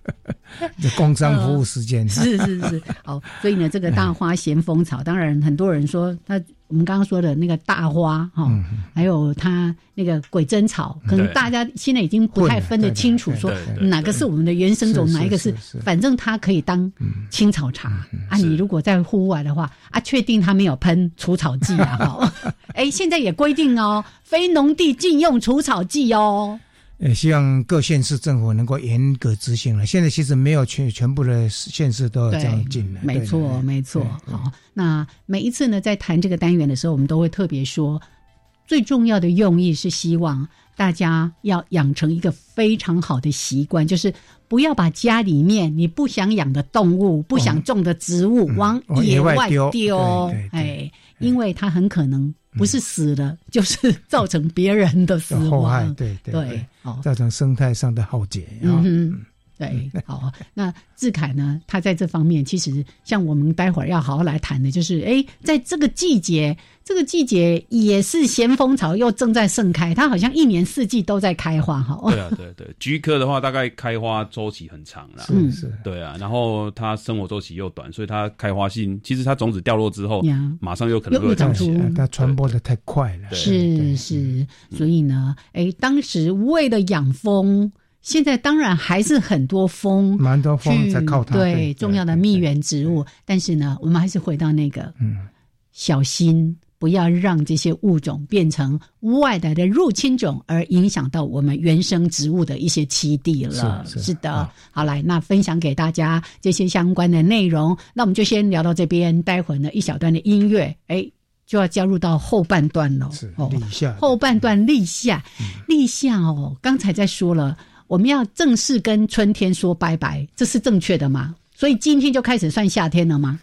Speaker 1: 这工商服务时间，
Speaker 2: 是是是，好，所以呢，这个大花咸丰草，当然很多人说，那我们刚刚说的那个大花哈、
Speaker 1: 嗯
Speaker 2: 还有它那个鬼针草，可能
Speaker 5: 对
Speaker 2: 大家现在已经呃不太分得清楚，说
Speaker 5: 对对
Speaker 2: 哪个是我们的原生种，
Speaker 1: 是
Speaker 2: 哪一个
Speaker 1: 是
Speaker 2: 是
Speaker 1: 是是，
Speaker 2: 反正它可以当青草茶啊。你如果在户外的话啊，确定它没有喷除草剂啊，哈，哎，现在也规定哦，非农地禁用除草剂哦，
Speaker 1: 也哎希望各县市政府能够严格执行了。现在其实没有全全部的县市都有哦这样进来，
Speaker 2: 没
Speaker 1: 对
Speaker 2: 错，，没错。
Speaker 1: 对嗯
Speaker 2: 好，那每一次呢，在谈这个单元的时候，我们都会特别说，最重要的用意是希望大家要养成一个非常好的习惯，就是不要把家里面你不想养的动物、不想种的植物
Speaker 1: 嗯
Speaker 2: 往
Speaker 1: 往
Speaker 2: 野
Speaker 1: 野外
Speaker 2: 外
Speaker 1: 丢
Speaker 2: 丢
Speaker 1: 对对，对嗯
Speaker 2: 哎，因为它很可能不是死了， 就是造成别人的死
Speaker 1: 对 哦有后害
Speaker 2: 亡，。
Speaker 1: 对对
Speaker 2: 啊对，，哦，
Speaker 1: 造成生态上的浩劫啊。
Speaker 2: 嗯哼，对，好。啊 那志凯呢？他在这方面，其实像我们待会儿要好好来谈的，就是哎，在这个季节，这个季节也是咸丰草又正在盛开，它好像一年四季都在开花哈。哦
Speaker 4: 对啊，对对，菊科的话大概开花周期很长啦。
Speaker 2: 嗯
Speaker 1: 是是，
Speaker 4: 对啊，然后它生活周期又短，所以它开花性，其实它种子掉落之后
Speaker 2: 呀，
Speaker 4: 马上又可能
Speaker 2: 又又
Speaker 4: 会
Speaker 2: 长
Speaker 4: 长
Speaker 2: 出
Speaker 4: 起来。
Speaker 1: 啊它传播的太快了。嗯
Speaker 4: 对嗯
Speaker 2: 是是，所以呢，哎，当时为了养蜂，现在当然还是很多蜂
Speaker 4: 嗯
Speaker 1: 蛮多风
Speaker 2: 去
Speaker 1: 在靠它，
Speaker 2: 对重要的蜜，源植物，但是呢，我们还是回到那个
Speaker 1: 对嗯，
Speaker 2: 小心，不要让这些物种变成外来的入侵种，而影响到我们原生植物的一些栖地了。
Speaker 1: 是是
Speaker 2: 的，
Speaker 1: 啊
Speaker 2: 好来，那分享给大家这些相关的内容，那我们就先聊到这边。待会儿呢，一小段的音乐，哎，就要加入到后半段了。
Speaker 1: 是
Speaker 2: 哦，
Speaker 1: 立夏的
Speaker 2: 后半段立夏，
Speaker 1: 嗯
Speaker 2: 立夏哦，刚才在说了，我们要正式跟春天说拜拜，这是正确的吗？所以今天就开始算夏天了吗？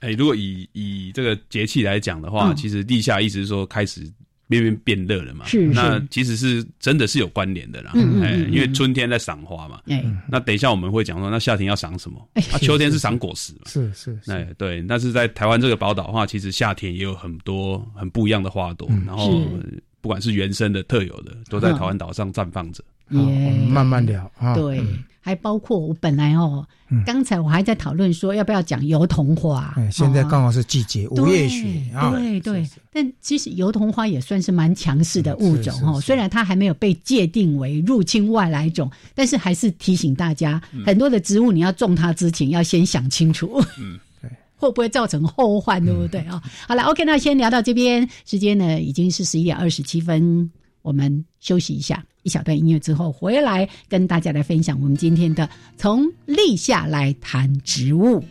Speaker 4: 哎，如果以以这个节气来讲的话，
Speaker 2: 嗯
Speaker 4: 其实立夏意思是说开始慢慢变热了嘛。
Speaker 2: 是
Speaker 4: 那
Speaker 2: 是
Speaker 4: 其实是真的是有关联的啦。
Speaker 2: 嗯嗯
Speaker 4: 哎
Speaker 2: 嗯嗯
Speaker 4: 因为春天在赏花嘛。
Speaker 2: 哎，
Speaker 4: 那等一下我们会讲说，那夏天要赏什么？啊，秋天是赏果实嘛。
Speaker 1: 是是
Speaker 4: 哎
Speaker 1: 是，，
Speaker 4: 对，但是在台湾这个宝岛的话，其实夏天也有很多很不一样的花朵，
Speaker 1: 嗯
Speaker 4: 然后
Speaker 2: 是
Speaker 4: 不管是原生的、特有的，都在
Speaker 2: 嗯
Speaker 4: 台湾岛上绽放着。
Speaker 1: 嗯好，我们慢慢聊啊。
Speaker 2: 对，还包括我本来哦，刚才我还在讨论说要不要讲油桐花
Speaker 1: 嗯哎，，现在
Speaker 2: 哦
Speaker 1: 刚好是季节，五
Speaker 2: 对
Speaker 1: 月雪啊，
Speaker 2: 对对
Speaker 1: 是是，
Speaker 2: 但其实油桐花也算是蛮强势的物种
Speaker 1: 嗯是
Speaker 2: 哦，
Speaker 1: 是是
Speaker 2: 虽然它还没有被界定为入侵外来种，但是还是提醒大家，
Speaker 1: 嗯
Speaker 2: 很多的植物你要种它之前要先想清楚。
Speaker 4: 嗯
Speaker 1: 对嗯
Speaker 2: 会不会造成后患，对不对啊、好了，OK，那先聊到这边，时间呢已经是十一点二十七分，我们休息一下，一小段音乐之后回来跟大家来分享我们今天的从立夏来谈植物。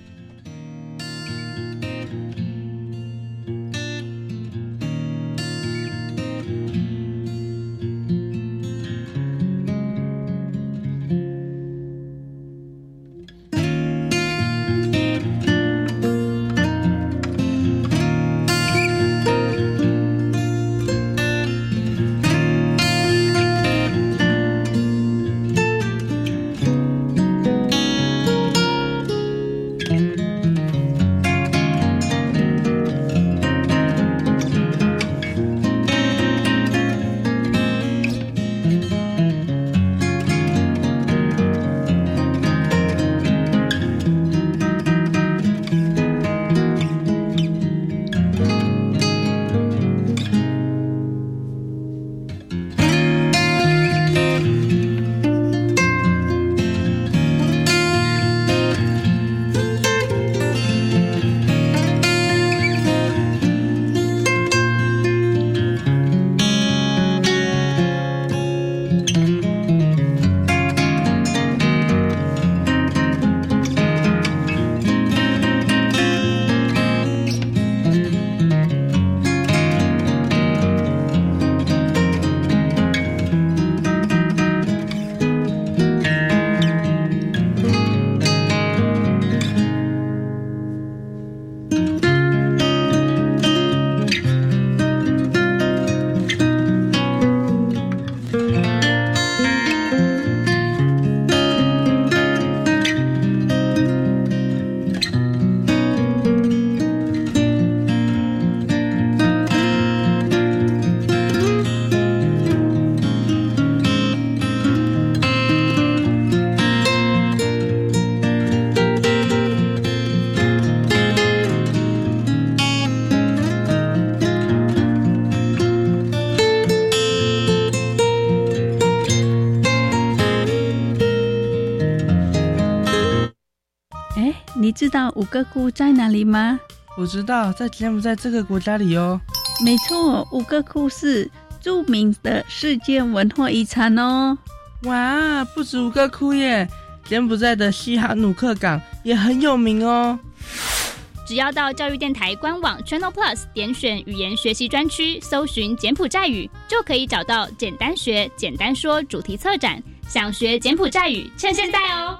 Speaker 6: 哎你知道五个菇在哪里吗？
Speaker 7: 我知道，在柬埔寨这个国家里哦。
Speaker 6: 没错，五个菇是著名的世界文化遗产哦。
Speaker 7: 哇，不止五个窟耶，柬埔寨的西哈努克港也很有名哦。
Speaker 8: 只要到教育电台官网 Channel Plus 点选语言学习专区，搜寻柬埔寨语，就可以找到“简单学简单说”主题策展。想学柬埔寨语，趁现在哦！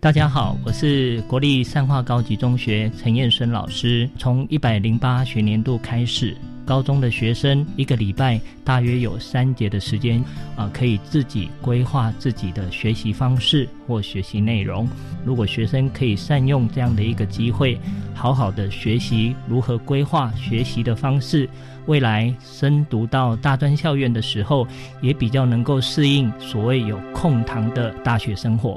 Speaker 9: 大家好，我是国立善化高级中学陈彦生老师。从一百零八学年度开始，高中的学生一个礼拜大约有三节的时间，啊、呃，可以自己规划自己的学习方式或学习内容。如果学生可以善用这样的一个机会，好好的学习如何规划学习的方式，未来升读到大专校院的时候，也比较能够适应所谓有空堂的大学生活。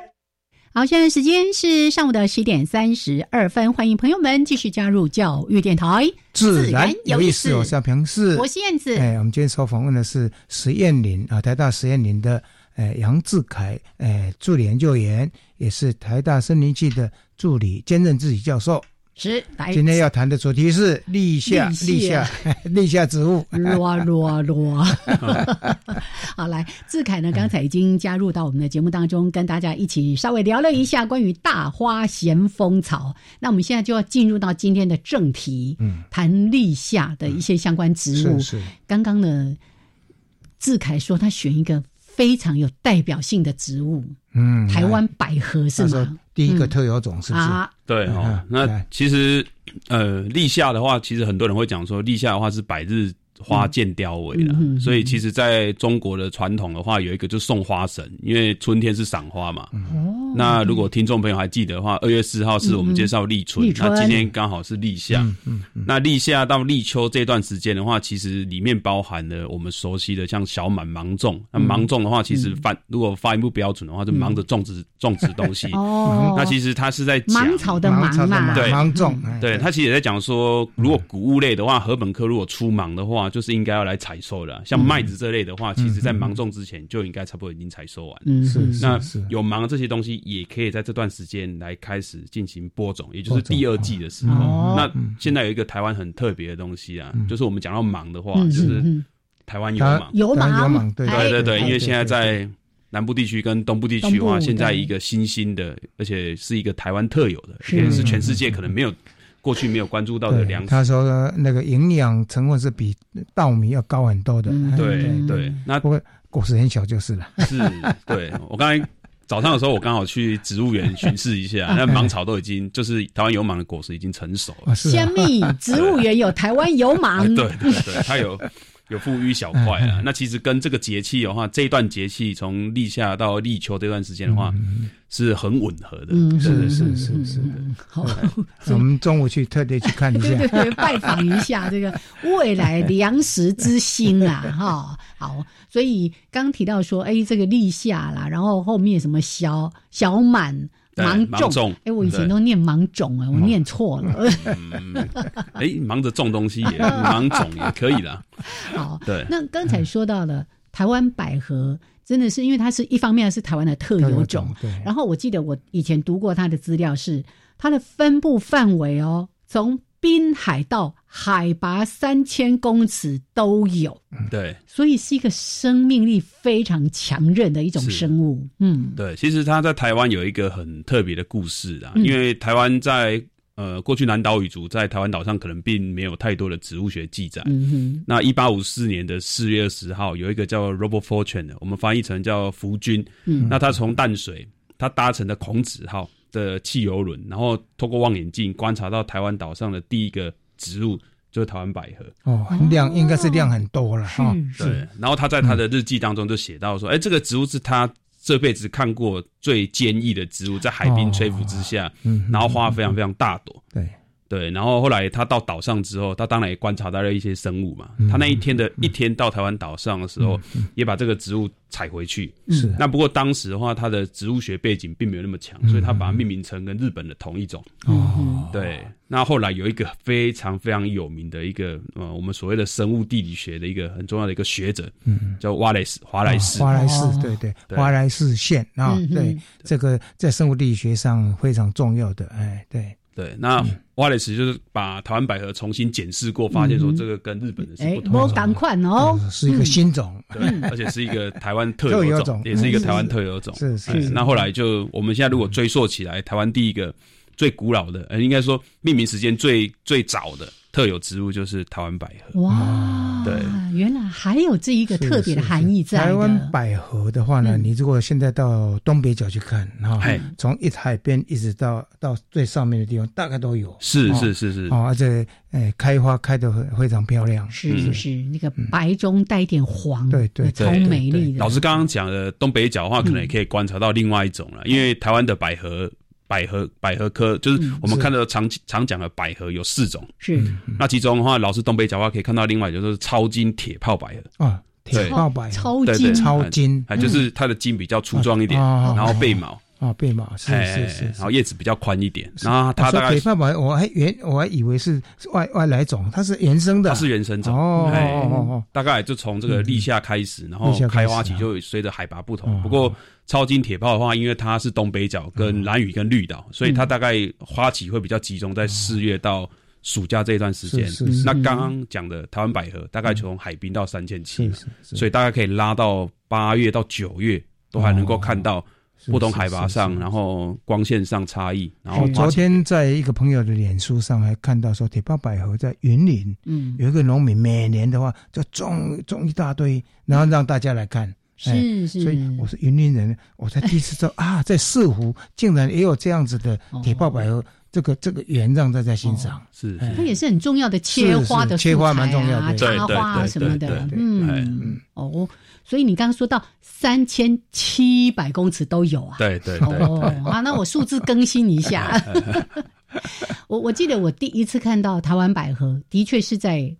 Speaker 2: 好，现在时间是上午的十点三十二分，欢迎朋友们继续加入教育电台，
Speaker 1: 自然有意思。我是阿平，是
Speaker 2: 我是燕子。
Speaker 1: 哎，我们今天所访问的是实验林啊，台大实验林的呃杨志凯，呃助理研究员，也是台大森林系的助理兼任自己教授。
Speaker 2: 是，来
Speaker 1: 今天要谈的主题是立夏，立夏， 立夏植物。
Speaker 2: 啰啰 啰，好，来，志凯呢，刚才已经加入到我们的节目当中，跟大家一起稍微聊了一下关于大花咸丰草。那我们现在就要进入到今天的正题，嗯，谈立夏的一些相关植物。
Speaker 1: 嗯、是是。
Speaker 2: 刚刚呢，志凯说他选一个非常有代表性的植物，
Speaker 1: 嗯，
Speaker 2: 台湾百合是吗？
Speaker 1: 第一个特有种是不是？嗯啊、
Speaker 4: 对哦，那其实呃，立夏的话，其实很多人会讲说，立夏的话是百日花见凋萎了。嗯嗯、所以其实在中国的传统的话，有一个就送花神，因为春天是赏花嘛。
Speaker 1: 嗯
Speaker 2: 哦，嗯
Speaker 4: 那如果听众朋友还记得的话，二月四号是我们介绍立春，
Speaker 2: 立春
Speaker 4: 那今天刚好是立夏。
Speaker 1: 嗯，
Speaker 4: 那立夏到立秋这段时间的话，其实里面包含了我们熟悉的像小满芒种。
Speaker 2: 嗯
Speaker 4: 那芒种的话，其实发如果发音不标准的话，就忙着种植种植东西。
Speaker 2: 哦。
Speaker 4: 那其实他是在讲
Speaker 2: 芒草的芒嘛，嗯
Speaker 4: 对
Speaker 1: 芒种，哎
Speaker 4: 对他其实也在讲说，如果谷物类的话，禾本科如果出芒的话，就是应该要来采收了。像麦子这类的话，其实在芒种之前就应该差不多已经采收完。
Speaker 2: 嗯，
Speaker 1: 是
Speaker 4: 那
Speaker 1: 是
Speaker 4: 有芒这些东西，也可以在这段时间来开始进行播种，也就是第二季的时候。那
Speaker 1: 嗯
Speaker 4: 现在有一个台湾很特别的东西啊，就是我们讲到芒
Speaker 2: 嗯
Speaker 4: 的话，就是台湾有芒，
Speaker 2: 有哎
Speaker 1: 芒，对
Speaker 4: 对对对，因为现在在。南部地区跟东部地区的话，现在一个新兴的，而且是一个台湾特有的，也是全世界可能没有过去没有关注到的粮食。
Speaker 1: 他说那个营养成分是比稻米要高很多的。
Speaker 2: 嗯
Speaker 4: 对
Speaker 1: 嗯
Speaker 4: 对，那
Speaker 1: 不过果实很小就是了。
Speaker 4: 是，对我刚才。早上的时候，我刚好去植物园巡视一下，那芒草都已经就是台湾油芒的果实已经成熟了。哎
Speaker 2: 虾米，啊植物园有台湾油 芒，
Speaker 4: 对对对，它有。有富裕小块啊，那其实跟这个节气的话，这一段节气从立夏到立秋这段时间的话，是很吻合的。
Speaker 2: 嗯，
Speaker 1: 是是是是。
Speaker 2: 好，
Speaker 1: 我们中午去特地去看一下，
Speaker 2: 对对对，拜访一下这个未来粮食之星啊，哈。好，所以刚提到说，哎，这个立夏啦，然后后面什么小小满。
Speaker 4: 芒
Speaker 2: 种，哎，我以前都念芒种啊，我念错了。
Speaker 4: 哎，忙着种东西也芒种也可以 啦。
Speaker 2: 好，
Speaker 4: 对。
Speaker 2: 那刚才说到了台湾百合，真的是因为它是一方面是台湾的特有种，
Speaker 4: 嗯
Speaker 2: 然后我记得我以前读过它的资料，是它的分布范围哦，从滨海到海拔三千公尺都有，
Speaker 4: 对
Speaker 2: 所以是一个生命力非常强韧的一种
Speaker 4: 是
Speaker 2: 生物。嗯，
Speaker 4: 对，其实他在台湾有一个很特别的故事啊，
Speaker 2: 嗯
Speaker 4: 因为台湾在呃过去南岛语族在台湾岛上可能并没有太多的植物学记载。
Speaker 2: 嗯哼，
Speaker 4: 那一八五四年的四月二十号，有一个叫 Robert Fortune 的，我们翻译成叫福军。
Speaker 2: 嗯
Speaker 4: 那他从淡水，他搭乘的孔子号的汽油轮，然后透过望远镜观察到台湾岛上的第一个植物就是台湾百合。
Speaker 1: 哦，量应该是量很多了哈。
Speaker 4: 啊对，然后他在他的日记当中就写到说，哎、这个植物是他这辈子看过最坚毅的植物，在海滨吹拂之下，
Speaker 1: 嗯
Speaker 4: 然后花非常非常大朵。
Speaker 1: 对
Speaker 4: 对，然后后来他到岛上之后，他当然也观察到了一些生物嘛。
Speaker 1: 嗯
Speaker 4: 他那一天的一天到台湾岛上的时候，也把这个植物采回去。
Speaker 1: 是
Speaker 4: 那不过当时的话，他的植物学背景并没有那么强，所以他把它命名成跟日本的同一种。
Speaker 1: 嗯
Speaker 2: 嗯
Speaker 1: 哦，
Speaker 4: 对，那后来有一个非常非常有名的一个呃，我们所谓的生物地理学的一个很重要的一个学者，
Speaker 1: 嗯，
Speaker 4: 叫瓦雷斯华莱士。
Speaker 1: 哦华莱士，
Speaker 2: 哦
Speaker 1: 对对，
Speaker 4: 对
Speaker 1: 华莱士县啊
Speaker 2: 嗯，哼
Speaker 1: 对，这个在生物力学上非常重要的，哎，对，
Speaker 4: 对，那
Speaker 1: 嗯
Speaker 4: 瓦雷斯就是把台湾百合重新检视过，发现说
Speaker 2: 嗯
Speaker 4: 这个跟日本的是
Speaker 2: 哎
Speaker 4: 不，同
Speaker 2: 我
Speaker 4: 的。
Speaker 2: 赶快哦，
Speaker 1: 是一个
Speaker 2: 嗯
Speaker 1: 新种，
Speaker 4: 对，而且是一个台湾特
Speaker 1: 特
Speaker 4: 有
Speaker 1: 有
Speaker 4: 种，
Speaker 1: 种
Speaker 4: 也是一个
Speaker 1: 嗯
Speaker 4: 台湾
Speaker 1: 是
Speaker 4: 特有种。
Speaker 1: 是是
Speaker 4: 哎
Speaker 1: 是
Speaker 4: 那后来就我们现在如果追溯起来，台湾第一个最古老
Speaker 1: 嗯
Speaker 4: 的，呃，应该说命名时间最最早的特有植物就是台湾百合。
Speaker 2: 哇，
Speaker 4: 嗯对，
Speaker 2: 原来还有这一个
Speaker 1: 是
Speaker 2: 特别的
Speaker 1: 是
Speaker 2: 含义
Speaker 1: 是
Speaker 2: 在的。
Speaker 1: 台湾百合的话呢，
Speaker 2: 嗯
Speaker 1: 你如果现在到东北角去看哈
Speaker 4: 哎，
Speaker 1: 从一海边一直到到最上面的地方，大概都有。
Speaker 4: 是
Speaker 1: 哦
Speaker 4: 是是是，
Speaker 1: 哦，而且哎，开花开得很非常漂亮。
Speaker 2: 是是是，那个白中带一点黄，
Speaker 1: 嗯对对
Speaker 2: 那
Speaker 1: 对
Speaker 2: 超美丽的。
Speaker 4: 老师刚刚讲的东北角的
Speaker 1: 嗯
Speaker 4: 话，可能也可以观察到另外一种了，因为台湾的百合、百合、百合科，
Speaker 1: 嗯
Speaker 4: 就是我们看到常常讲的百合有四种。
Speaker 2: 是
Speaker 4: 那其中的话，老师东北角的话可以看到另外一种就是超金铁炮百合，
Speaker 1: 啊，铁
Speaker 4: 对
Speaker 1: 炮百合
Speaker 2: 超
Speaker 4: 对
Speaker 2: 级
Speaker 4: 对，
Speaker 1: 超金
Speaker 4: 哎，就是它的茎比较粗壮一点，
Speaker 1: 哦
Speaker 4: 然后背毛，
Speaker 1: 啊，贝马是
Speaker 4: 哎，
Speaker 1: 是是
Speaker 4: 然
Speaker 1: 是啊
Speaker 4: 后。叶子比较宽一点，然后它
Speaker 1: 我说
Speaker 4: 大概
Speaker 1: 铁炮百合，我还原我还以为是是外外来种，它是原生的
Speaker 4: 它
Speaker 1: 啊，
Speaker 4: 是原生种，
Speaker 1: 哦
Speaker 4: 哎
Speaker 1: 哦哦哦
Speaker 4: 大概就从这个立夏开始，然
Speaker 1: 立
Speaker 4: 后
Speaker 1: 夏开
Speaker 4: 开
Speaker 1: 始
Speaker 4: 花期就随着海拔不
Speaker 1: 哦
Speaker 4: 同。不过超金铁炮的话，因为它是东北角跟蓝屿跟绿岛，所以它大概花期会比较集中在四月到暑假这一段时间
Speaker 1: 是是是。
Speaker 4: 那刚刚讲的台湾百合，大概从海滨到三千七
Speaker 1: 是
Speaker 4: 嘛，
Speaker 1: 是是，
Speaker 4: 所以大概可以拉到八月到九月，都还能够看到
Speaker 1: 以
Speaker 4: 不同海拔上，然
Speaker 1: 后。
Speaker 4: 后光线上差异，然后
Speaker 1: 我
Speaker 4: 花
Speaker 1: 昨
Speaker 4: 期
Speaker 1: 天在一个朋友的脸书上还看到说，铁炮百合在云林
Speaker 2: 嗯，
Speaker 1: 有一个农民，每年的话就种种一大堆，然后让大家来看。哎
Speaker 2: 是嗯是，
Speaker 1: 所以我是云林人，我才第一次知道啊，在四湖竟然也有这样子的
Speaker 2: 哦
Speaker 1: 铁炮百合，这个这个园让大家欣赏。
Speaker 4: 是
Speaker 1: 哎
Speaker 2: 它也是很重要的切花的
Speaker 1: 是是切花
Speaker 2: 素材啊
Speaker 1: 蛮重要的
Speaker 2: 插
Speaker 4: 对
Speaker 2: 花啊
Speaker 4: 对
Speaker 2: 什么的
Speaker 4: 对对，对
Speaker 1: 哎
Speaker 2: 嗯，哦，所以你刚刚说到三千七百公尺都有啊，
Speaker 4: 对对对
Speaker 2: 哦，啊，那我数字更新一下。我我记得我第一次看到台湾百合，的确是在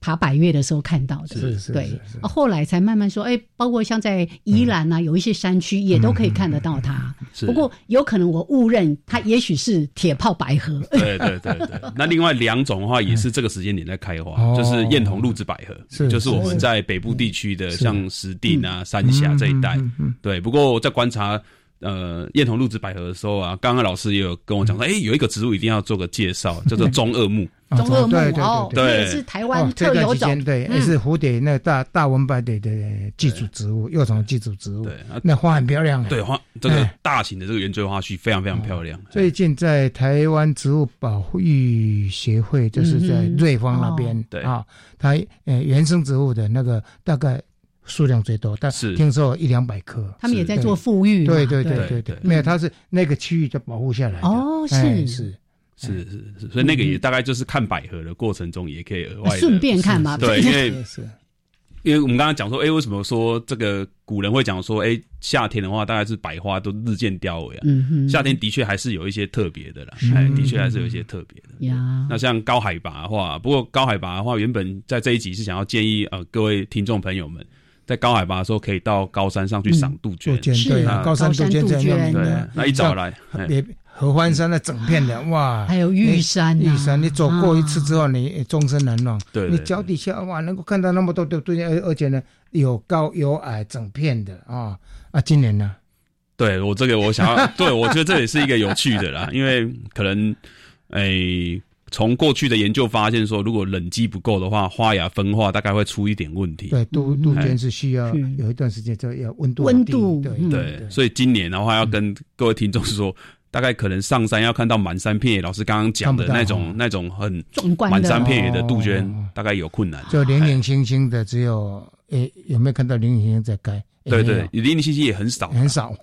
Speaker 2: 爬百越的时候看到的，
Speaker 1: 是是是
Speaker 2: 对
Speaker 1: 是是
Speaker 2: 啊后来才慢慢说，哎，包括像在宜兰啊，有一些山区也都可以看得到它。
Speaker 4: 是
Speaker 2: 不过有可能我误认它，也许是铁炮百合。
Speaker 4: 对对对 对，那另外两种的话也是这个时间点在开花，
Speaker 1: 嗯哦
Speaker 4: 就是艳红露子百合，
Speaker 1: 是
Speaker 4: 就是我们在北部地区的像石碇啊、三峡这一带。
Speaker 1: 嗯嗯
Speaker 4: 对，不过我在观察呃艳红露子百合的时候啊，刚刚老师也有跟我讲说，哎、有一个植物一定要做个介绍，叫 做中二木。
Speaker 1: 嗯
Speaker 2: 中二木
Speaker 1: 对对
Speaker 2: 哦，
Speaker 1: 对
Speaker 2: 这
Speaker 1: 对。
Speaker 2: 也是台湾
Speaker 1: 哦这
Speaker 2: 特
Speaker 1: 段
Speaker 2: 有
Speaker 1: 期间
Speaker 2: 种，嗯
Speaker 1: 对，也是蝴蝶那个大大文白蝶的寄主植物，幼虫寄主植物
Speaker 4: 对，啊
Speaker 1: 那花很漂亮。
Speaker 4: 对，花这
Speaker 2: 嗯
Speaker 4: 个
Speaker 1: 哎
Speaker 4: 大型的这个圆锥花序非常非
Speaker 2: 哦
Speaker 4: 常漂亮。
Speaker 1: 最近在台湾植物保护协会，就是在
Speaker 2: 嗯哼
Speaker 1: 瑞芳那边
Speaker 4: 对
Speaker 1: 啊，它呃原生植物的那个大概数量最多，但
Speaker 4: 是
Speaker 1: 听说有一两百棵。
Speaker 2: 他们也在
Speaker 1: 是
Speaker 2: 做富裕嘛。
Speaker 1: 对对对
Speaker 4: 对
Speaker 1: 对
Speaker 4: 对
Speaker 1: 对，没有，它是那个区域就保护下来的。
Speaker 2: 哦是
Speaker 1: 哎是
Speaker 4: 是是是，所以那个也大概就是看百合的过程中，也可以额外地
Speaker 2: 嗯啊顺便看嘛。
Speaker 4: 对，因为
Speaker 1: 是是
Speaker 4: 因为我们刚刚讲说，哎、为什么说这个古人会讲说，哎、夏天的话，大概是百花都日渐凋萎啊。
Speaker 2: 嗯哼，
Speaker 4: 夏天的确还是有一些特别的啦，哎，的确还是有一些特别的。
Speaker 2: 呀，
Speaker 4: 那像高海拔的话，不过高海拔的话，原本在这一集是想要建议呃各位听众朋友们，在高海拔的时候可以到高山上去
Speaker 2: 嗯
Speaker 4: 赏杜
Speaker 1: 杜
Speaker 4: 鹃。
Speaker 1: 鹃
Speaker 2: 是
Speaker 1: 对啊，
Speaker 4: 啊
Speaker 1: 高山杜
Speaker 2: 高
Speaker 1: 鹃
Speaker 2: 山杜
Speaker 1: 在那
Speaker 2: 鹃
Speaker 1: 里
Speaker 4: 对啊
Speaker 1: 的，，
Speaker 4: 那一早来，哎
Speaker 1: 别合欢山那整片
Speaker 2: 哎
Speaker 1: 的哇，
Speaker 2: 还有玉山啊
Speaker 1: 玉山，你走过一次之后，你终身难忘。
Speaker 4: 对
Speaker 1: 你
Speaker 4: 对
Speaker 1: 脚底下哇，能够看到那么多的对，而而且呢，有高有矮，整片的啊啊！今年呢，
Speaker 4: 嗯对我这个我想要，对我觉得这也是一个有趣的啦，因为可能，哎、从过去的研究发现说，如果冷积不够的话，花芽分化大概会出一点问题。
Speaker 1: 对，杜杜鹃是需要
Speaker 4: 嗯
Speaker 1: 有一段时间，这要温度
Speaker 2: 嗯温
Speaker 1: 低
Speaker 2: 度
Speaker 1: 对
Speaker 2: 嗯
Speaker 1: 对嗯
Speaker 4: 对，所以今年的话要跟各位听众说，大概可能上山要看到满山遍野，老师刚刚讲的
Speaker 1: 看不到哦
Speaker 4: 那种那种很
Speaker 2: 壮观的
Speaker 4: 满山遍野的杜鹃，大概有困难。哎
Speaker 1: 就零零星星的，只有诶有没有看到零零星星在开？诶
Speaker 4: 对
Speaker 1: 没
Speaker 4: 对
Speaker 1: 有，哎
Speaker 4: 零零星星也很少，
Speaker 1: 很少。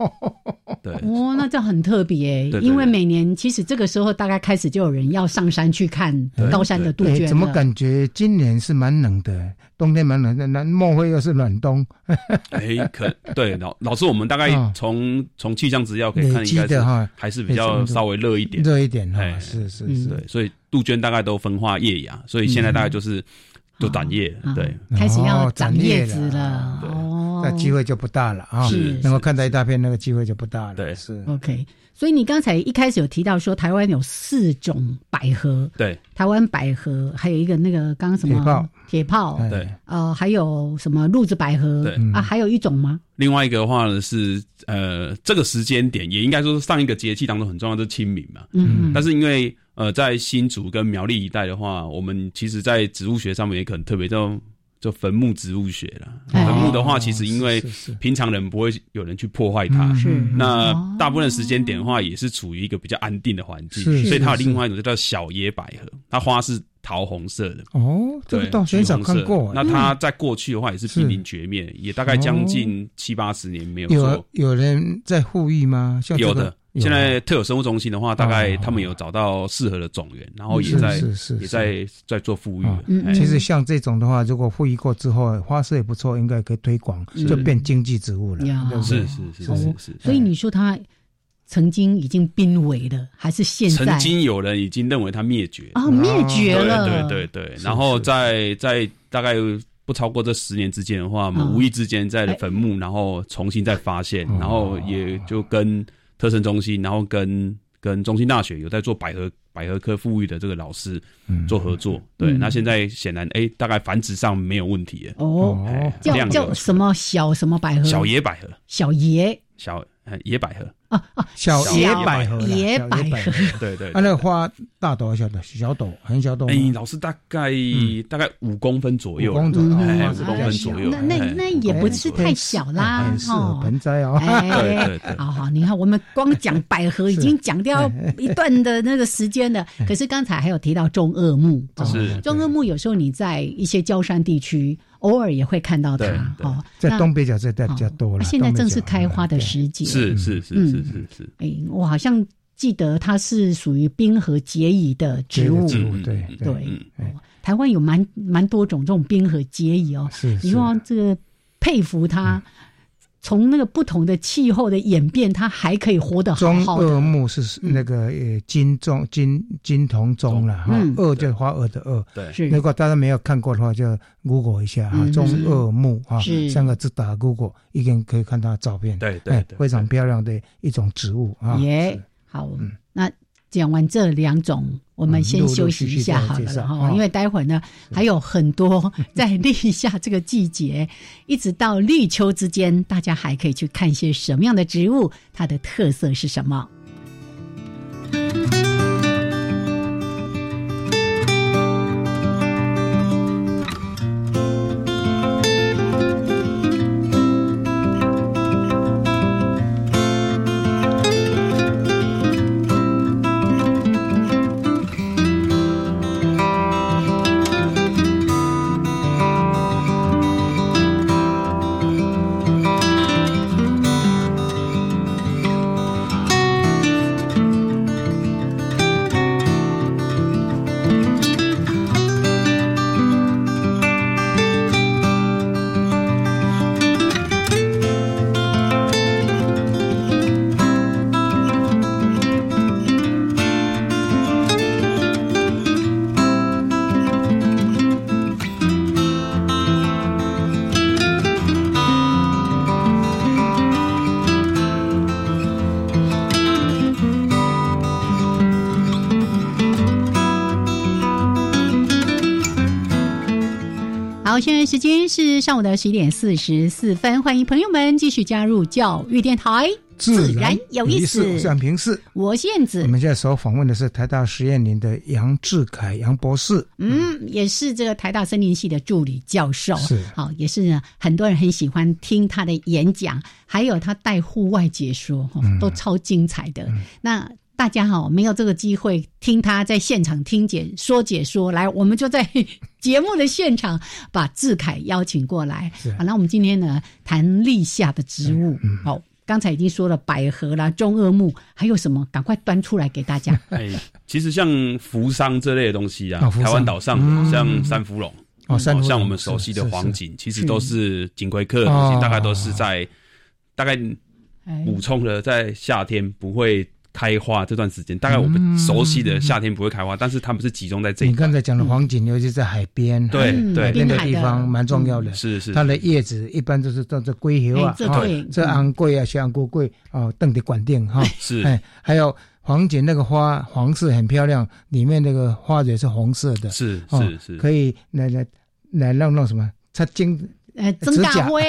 Speaker 4: 对，
Speaker 2: 哦，那这很特别、
Speaker 4: 对对对
Speaker 2: 因为每年其实这个时候大概开始就有人要上山去看高山的杜
Speaker 1: 诶
Speaker 2: 鹃了啊
Speaker 1: 哎怎么感觉今年是蛮冷的？冬天蛮冷的，那莫非又是暖冬？
Speaker 4: 哎，可对老老师，我们大概
Speaker 1: 啊
Speaker 4: 从从气象资料可以
Speaker 1: 累
Speaker 4: 看，应
Speaker 1: 积
Speaker 4: 该是
Speaker 1: 的哈，
Speaker 4: 还是比较稍微热一点，
Speaker 1: 热一点
Speaker 4: 哎
Speaker 1: 哈，是是
Speaker 4: 嗯
Speaker 1: 是，
Speaker 4: 对，所以杜鹃大概都分化叶芽，所以现在大概
Speaker 1: 嗯
Speaker 4: 就是就短叶，
Speaker 1: 啊
Speaker 4: 对，
Speaker 2: 啊开始要长叶
Speaker 1: 哦
Speaker 2: 子
Speaker 1: 长叶
Speaker 2: 了。哦，
Speaker 1: 那机会就不大了啊
Speaker 2: 是。哦
Speaker 1: 能够看到一大片，那个机会就不大了。
Speaker 4: 对，
Speaker 1: 是
Speaker 2: OK。所以你刚才一开始有提到说，台湾有四种百合，
Speaker 4: 对
Speaker 2: 台湾百合，还有一个那个刚刚什么
Speaker 4: 铁炮，
Speaker 2: 铁炮，
Speaker 1: 哎
Speaker 4: 对。
Speaker 2: 呃，还有什么露子百合
Speaker 4: 对
Speaker 1: 嗯
Speaker 2: 啊？还有一种吗？
Speaker 4: 另外一个的话呢是，呃，这个时间点也应该说是上一个节气当中很重要，就是清明嘛。
Speaker 2: 嗯
Speaker 4: 但是因为呃，在新竹跟苗栗一带的话，我们其实，在植物学上面也可能特别叫就坟墓植物学了。
Speaker 1: 哦
Speaker 5: 哎
Speaker 4: 坟墓的话，其实因为
Speaker 5: 是是是
Speaker 4: 平常人不会有人去破坏
Speaker 1: 嗯
Speaker 4: 它，
Speaker 5: 是
Speaker 4: 那
Speaker 2: 哦
Speaker 1: 哦
Speaker 4: 大部分的时间点的话，也是处于一个比较安定的环境，
Speaker 1: 是
Speaker 4: 所以它有
Speaker 1: 是
Speaker 4: 另外一种就叫小野百合，它花是桃红色的。
Speaker 1: 哦，这
Speaker 4: 对，
Speaker 1: 个倒是很少看
Speaker 4: 橘
Speaker 1: 过
Speaker 4: 红色。
Speaker 1: 哎
Speaker 4: 那它在过去的话也是濒临
Speaker 1: 是
Speaker 4: 绝灭，也大概将近七八十年没有
Speaker 1: 嗯有啊
Speaker 4: 做。
Speaker 1: 有人在呼吁吗？像这
Speaker 4: 有
Speaker 1: 个
Speaker 4: 的，
Speaker 1: 有
Speaker 4: 现在特有生物中心的话，大概他们有找到适合的种源，然后也
Speaker 1: 啊是
Speaker 4: 在
Speaker 1: 是是
Speaker 4: 也在在做复育
Speaker 1: 啊
Speaker 4: 了。哎
Speaker 1: 其实像这种的话，如果复育过之后，花色也不错，应该可以推广，
Speaker 2: 是
Speaker 1: 就变经济植物了
Speaker 2: 呀。
Speaker 1: 对不对
Speaker 4: 是是是
Speaker 1: 哦
Speaker 4: 是是
Speaker 2: 所以你说它曾经已经濒危了，还是现在
Speaker 4: 曾经有人已经认为它灭绝
Speaker 2: 哦灭绝了
Speaker 4: 对对对对。然后在在大概不超过这十年之间的话，我们
Speaker 2: 嗯
Speaker 4: 无意之间在坟墓，然后重新再发现，然后也就跟特生中心，然后跟跟中心大学有在做百合百合科富裕的这个老师做合作。对，
Speaker 2: 嗯
Speaker 4: 那现在显然哎，大概繁殖上没有问题了。
Speaker 2: 哦
Speaker 4: 哎，
Speaker 2: 叫
Speaker 4: 量有
Speaker 2: 叫什么小什么百合？
Speaker 4: 小野百合，
Speaker 2: 小野
Speaker 4: 小哎野百合，
Speaker 2: 啊，
Speaker 1: 小野百合啦，
Speaker 2: 野
Speaker 1: 小
Speaker 2: 百合。
Speaker 1: 合，
Speaker 4: 对对
Speaker 1: 啊，那个花大朵还是小朵，小朵很小朵吗。
Speaker 4: 哎、老师大概、大概五公分左右，
Speaker 1: 五公
Speaker 2: 嗯
Speaker 1: 分哦
Speaker 4: 哎，
Speaker 1: 那
Speaker 4: 五
Speaker 1: 是
Speaker 4: 公分左右，
Speaker 2: 那那
Speaker 4: 哎
Speaker 2: 那也不是太小啦，
Speaker 1: 很适合
Speaker 2: 哦
Speaker 1: 哎盆栽哦。
Speaker 2: 哎，
Speaker 4: 对对
Speaker 2: 好好，你看，我们光讲百合已经讲掉一段的那个时 间了。
Speaker 4: 哎
Speaker 2: 可是刚才还有提到中二木，哦
Speaker 4: 是
Speaker 2: 中二木，有时候你在一些郊山地区，偶尔也会看到它
Speaker 4: 对
Speaker 2: 哦。
Speaker 1: 在
Speaker 2: 那
Speaker 1: 东北角这带比较多
Speaker 2: 那
Speaker 1: 了。
Speaker 2: 现在
Speaker 1: 东北角嗯
Speaker 2: 正是开花的时节，
Speaker 4: 是是是是是是，
Speaker 2: 哎，我好像记得它是属于冰河结蚁的植物，
Speaker 4: 嗯
Speaker 1: 植物对
Speaker 2: 对，台湾有蛮蛮多种这种冰河结蚁哦，
Speaker 1: 是嗯
Speaker 2: 你说这个佩服它，从那个不同的气候的演变，它还可以活得好
Speaker 1: 中
Speaker 2: 好嗯的。
Speaker 1: 二木是那个呃金钟金金铜钟了哈
Speaker 2: 嗯，
Speaker 1: 二就是花二的二。
Speaker 4: 对
Speaker 2: 是
Speaker 1: 如果大家没有看过的话，就 Google 一下哈，
Speaker 2: 嗯
Speaker 1: 中二木哈
Speaker 2: 是，
Speaker 1: 三个字打 Google，一定可以看到照片。
Speaker 4: 对
Speaker 1: 对，非常漂亮的一种植物啊。嗯
Speaker 2: 耶，好，那讲完这两种，我们先休息一下好
Speaker 1: 嗯陆陆续续再介
Speaker 2: 了
Speaker 1: 绍
Speaker 2: 哈，
Speaker 1: 哦
Speaker 2: 因为待会儿呢还有很多在立夏这个季节，一直到立秋之间，大家还可以去看一些什么样的植物，它的特色是什么。好，现在时间是上午的十一点四十四分，欢迎朋友们继续加入教育电台。
Speaker 1: 自然
Speaker 2: 有
Speaker 1: 意
Speaker 2: 思。
Speaker 1: 我是杨平视，
Speaker 2: 我燕子。
Speaker 1: 我们现在所访问的是台大实验林的杨志凯杨博士，
Speaker 2: 嗯，也是这个台大森林系的助理教授，
Speaker 1: 是
Speaker 2: 好、也是呢很多人很喜欢听他的演讲，还有他带户外解说，哦、
Speaker 1: 嗯
Speaker 2: 都超精彩的。那大家哈、没有这个机会听他在现场听解说解说，来，我们就在 节目的现场把志凯邀请过来
Speaker 1: 是。嗯
Speaker 2: 好，那我们今天呢谈立夏的植物，好、刚才已经说了百合啦、中二木，还有什么？赶快端出来给大 家。
Speaker 4: 哎、其实像扶桑这类的东西啊，
Speaker 1: 啊扶桑
Speaker 4: 台湾岛上
Speaker 1: 嗯
Speaker 4: 的像三芙蓉，
Speaker 1: 哦三芙蓉
Speaker 4: 像我们熟悉的
Speaker 1: 是是
Speaker 4: 黄锦，其实都是锦葵科的
Speaker 1: 嗯
Speaker 4: 东
Speaker 1: 哦
Speaker 4: 西，大概都是在大概
Speaker 2: 哎
Speaker 4: 补充了在夏天不会开花这段时间，大概我们熟悉的夏天不会开花，但是它们是集中在这
Speaker 1: 嗯你
Speaker 4: 一嗯
Speaker 1: 刚才讲的黄锦，尤其在海边，
Speaker 4: 对
Speaker 1: 海
Speaker 4: 对
Speaker 1: 海边的
Speaker 2: 滨海
Speaker 1: 地
Speaker 2: 嗯的嗯
Speaker 1: 方蛮重要的。
Speaker 4: 是是
Speaker 1: 它的叶子一般都是叫做龟油啊
Speaker 2: 哎，这
Speaker 1: 啊
Speaker 2: 对
Speaker 1: 这昂贵啊，小昂贵贵哦，邓的管定哈。
Speaker 4: 是
Speaker 1: 哎，还有黄锦那个花，黄色很漂亮，里面那个花蕊是红色的，
Speaker 4: 是
Speaker 1: 哦
Speaker 4: 是是，
Speaker 1: 可以来来来让弄什么？它经
Speaker 2: 呃，曾
Speaker 1: 指
Speaker 2: 大
Speaker 1: 甲
Speaker 2: 辉，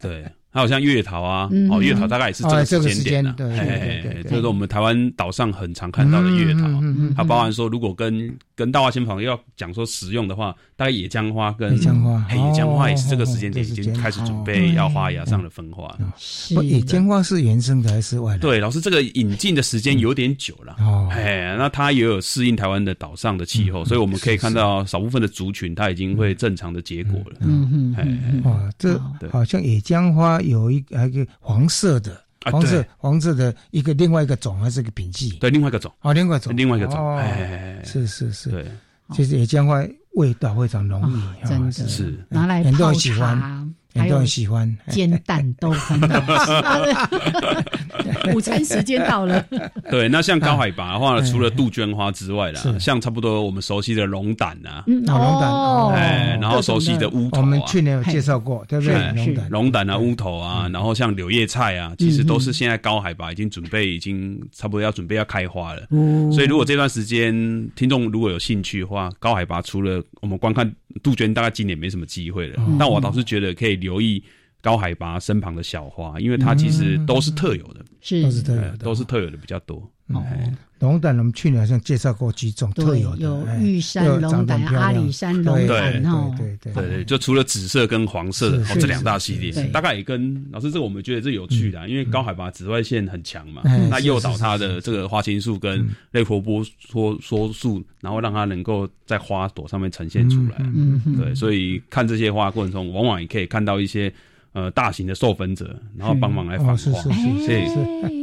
Speaker 4: 对，还有像月桃啊
Speaker 2: 嗯，
Speaker 4: 哦，月桃大概也是
Speaker 1: 哦
Speaker 4: 这
Speaker 1: 这
Speaker 4: 个
Speaker 1: 个
Speaker 4: 时间点啊
Speaker 1: 时间对
Speaker 4: 嘿嘿
Speaker 1: 对对
Speaker 4: 嘿
Speaker 1: 对对
Speaker 4: 就是我们台湾岛上很常看到的月桃
Speaker 1: 嗯嗯嗯嗯，
Speaker 4: 啊它包含说，如果跟跟大花仙朋友要讲说食用的话，大概野姜花跟
Speaker 1: 野姜花
Speaker 4: 嘿嗯哎野姜
Speaker 1: 哦
Speaker 4: 花也是这个时间点已
Speaker 1: 这个时
Speaker 4: 经
Speaker 1: 间
Speaker 4: 开始准
Speaker 2: 哦
Speaker 4: 备要花芽上的分
Speaker 1: 哦
Speaker 4: 化。
Speaker 1: 嗯
Speaker 2: 是
Speaker 1: 不，野姜花是原生的还是外来？
Speaker 4: 对，老师，这个引进的时间有点久了，
Speaker 1: 哦嗯
Speaker 4: 哎，那它也有适应台湾的岛上的气候，所以我们可以看到少部分的族群它已经会正常的结果了。
Speaker 2: 嗯嗯
Speaker 4: 哎
Speaker 2: 嗯嗯，
Speaker 1: 哇，哦这
Speaker 4: 对
Speaker 1: 好像野姜花有一还有一个黄色的，
Speaker 4: 啊
Speaker 1: 黄色
Speaker 4: 对
Speaker 1: 黄色的一个另外一个种还是个品系？
Speaker 4: 对，另外一个种，
Speaker 1: 哦，另外一种，
Speaker 4: 另外一个种
Speaker 1: 哦
Speaker 4: 哎哎哎哎
Speaker 1: 是是是，嗯
Speaker 4: 对，
Speaker 1: 其实野姜花味道非常浓
Speaker 2: 啊
Speaker 1: 郁，
Speaker 2: 真的
Speaker 1: 是
Speaker 4: 是
Speaker 2: 拿来
Speaker 1: 很多
Speaker 2: 泡
Speaker 1: 人喜欢
Speaker 2: 茶，还有
Speaker 1: 很多人喜欢。哎
Speaker 2: 煎 蛋都很好吃。午餐时间 到了，
Speaker 4: 对，那像高海拔的话，
Speaker 1: 哎
Speaker 4: 除了杜鹃花之外啦，
Speaker 1: 是
Speaker 4: 像差不多我们熟悉的龙胆啊，
Speaker 2: 嗯
Speaker 1: 哦龙胆哦
Speaker 4: 哎，然后熟悉的乌头啊，
Speaker 1: 我们去年有介绍过，对不对？
Speaker 4: 哎
Speaker 1: 龙嗯胆，
Speaker 4: 龙胆啊、乌头啊，然后像柳叶菜啊，其实都
Speaker 1: 嗯
Speaker 4: 是现在高海拔已经准备，已经差不多要准备要开花
Speaker 1: 嗯
Speaker 4: 了。所以如果这段时间听众如果有兴趣的话，高海拔除了我们光看杜鹃，大概今年没什么机会
Speaker 1: 哦
Speaker 4: 了。但我倒是觉得可以留意高海拔身旁的小花，因为它其实都是特有的，
Speaker 2: 是
Speaker 1: 都是特有
Speaker 4: 哎
Speaker 1: 的，
Speaker 4: 都是特有的比哎较多。
Speaker 2: 哦，
Speaker 1: 龙胆。我们去年好像介绍过几种特
Speaker 2: 对
Speaker 1: 有，的，
Speaker 2: 有
Speaker 1: 哎
Speaker 2: 玉
Speaker 1: 又
Speaker 2: 山龙
Speaker 1: 长得
Speaker 2: 胆
Speaker 1: 很、漂亮
Speaker 2: 阿里山龙
Speaker 1: 对
Speaker 2: 胆哦，
Speaker 1: 对对
Speaker 4: 对对，就除了紫色跟黄色
Speaker 1: 是
Speaker 4: 哦
Speaker 1: 是
Speaker 4: 这两大系列
Speaker 2: 是是，
Speaker 4: 大概也跟老师这个我们觉得这有趣的，因为高海拔紫外线很强嘛
Speaker 1: 嗯，
Speaker 4: 那
Speaker 1: 是
Speaker 4: 诱
Speaker 1: 是
Speaker 4: 导
Speaker 1: 是嗯
Speaker 4: 它的这个花青素跟类活波梭梭素，然后让它能够在花朵上面呈现出来。
Speaker 2: 嗯哼，
Speaker 4: 对，所以看这些花过程中，往往也可以看到一些呃大型的授粉者，然后帮忙来
Speaker 1: 哦
Speaker 4: 繁
Speaker 1: 是
Speaker 4: 花
Speaker 1: 是。是
Speaker 4: 所
Speaker 1: 是
Speaker 4: 以
Speaker 1: 是，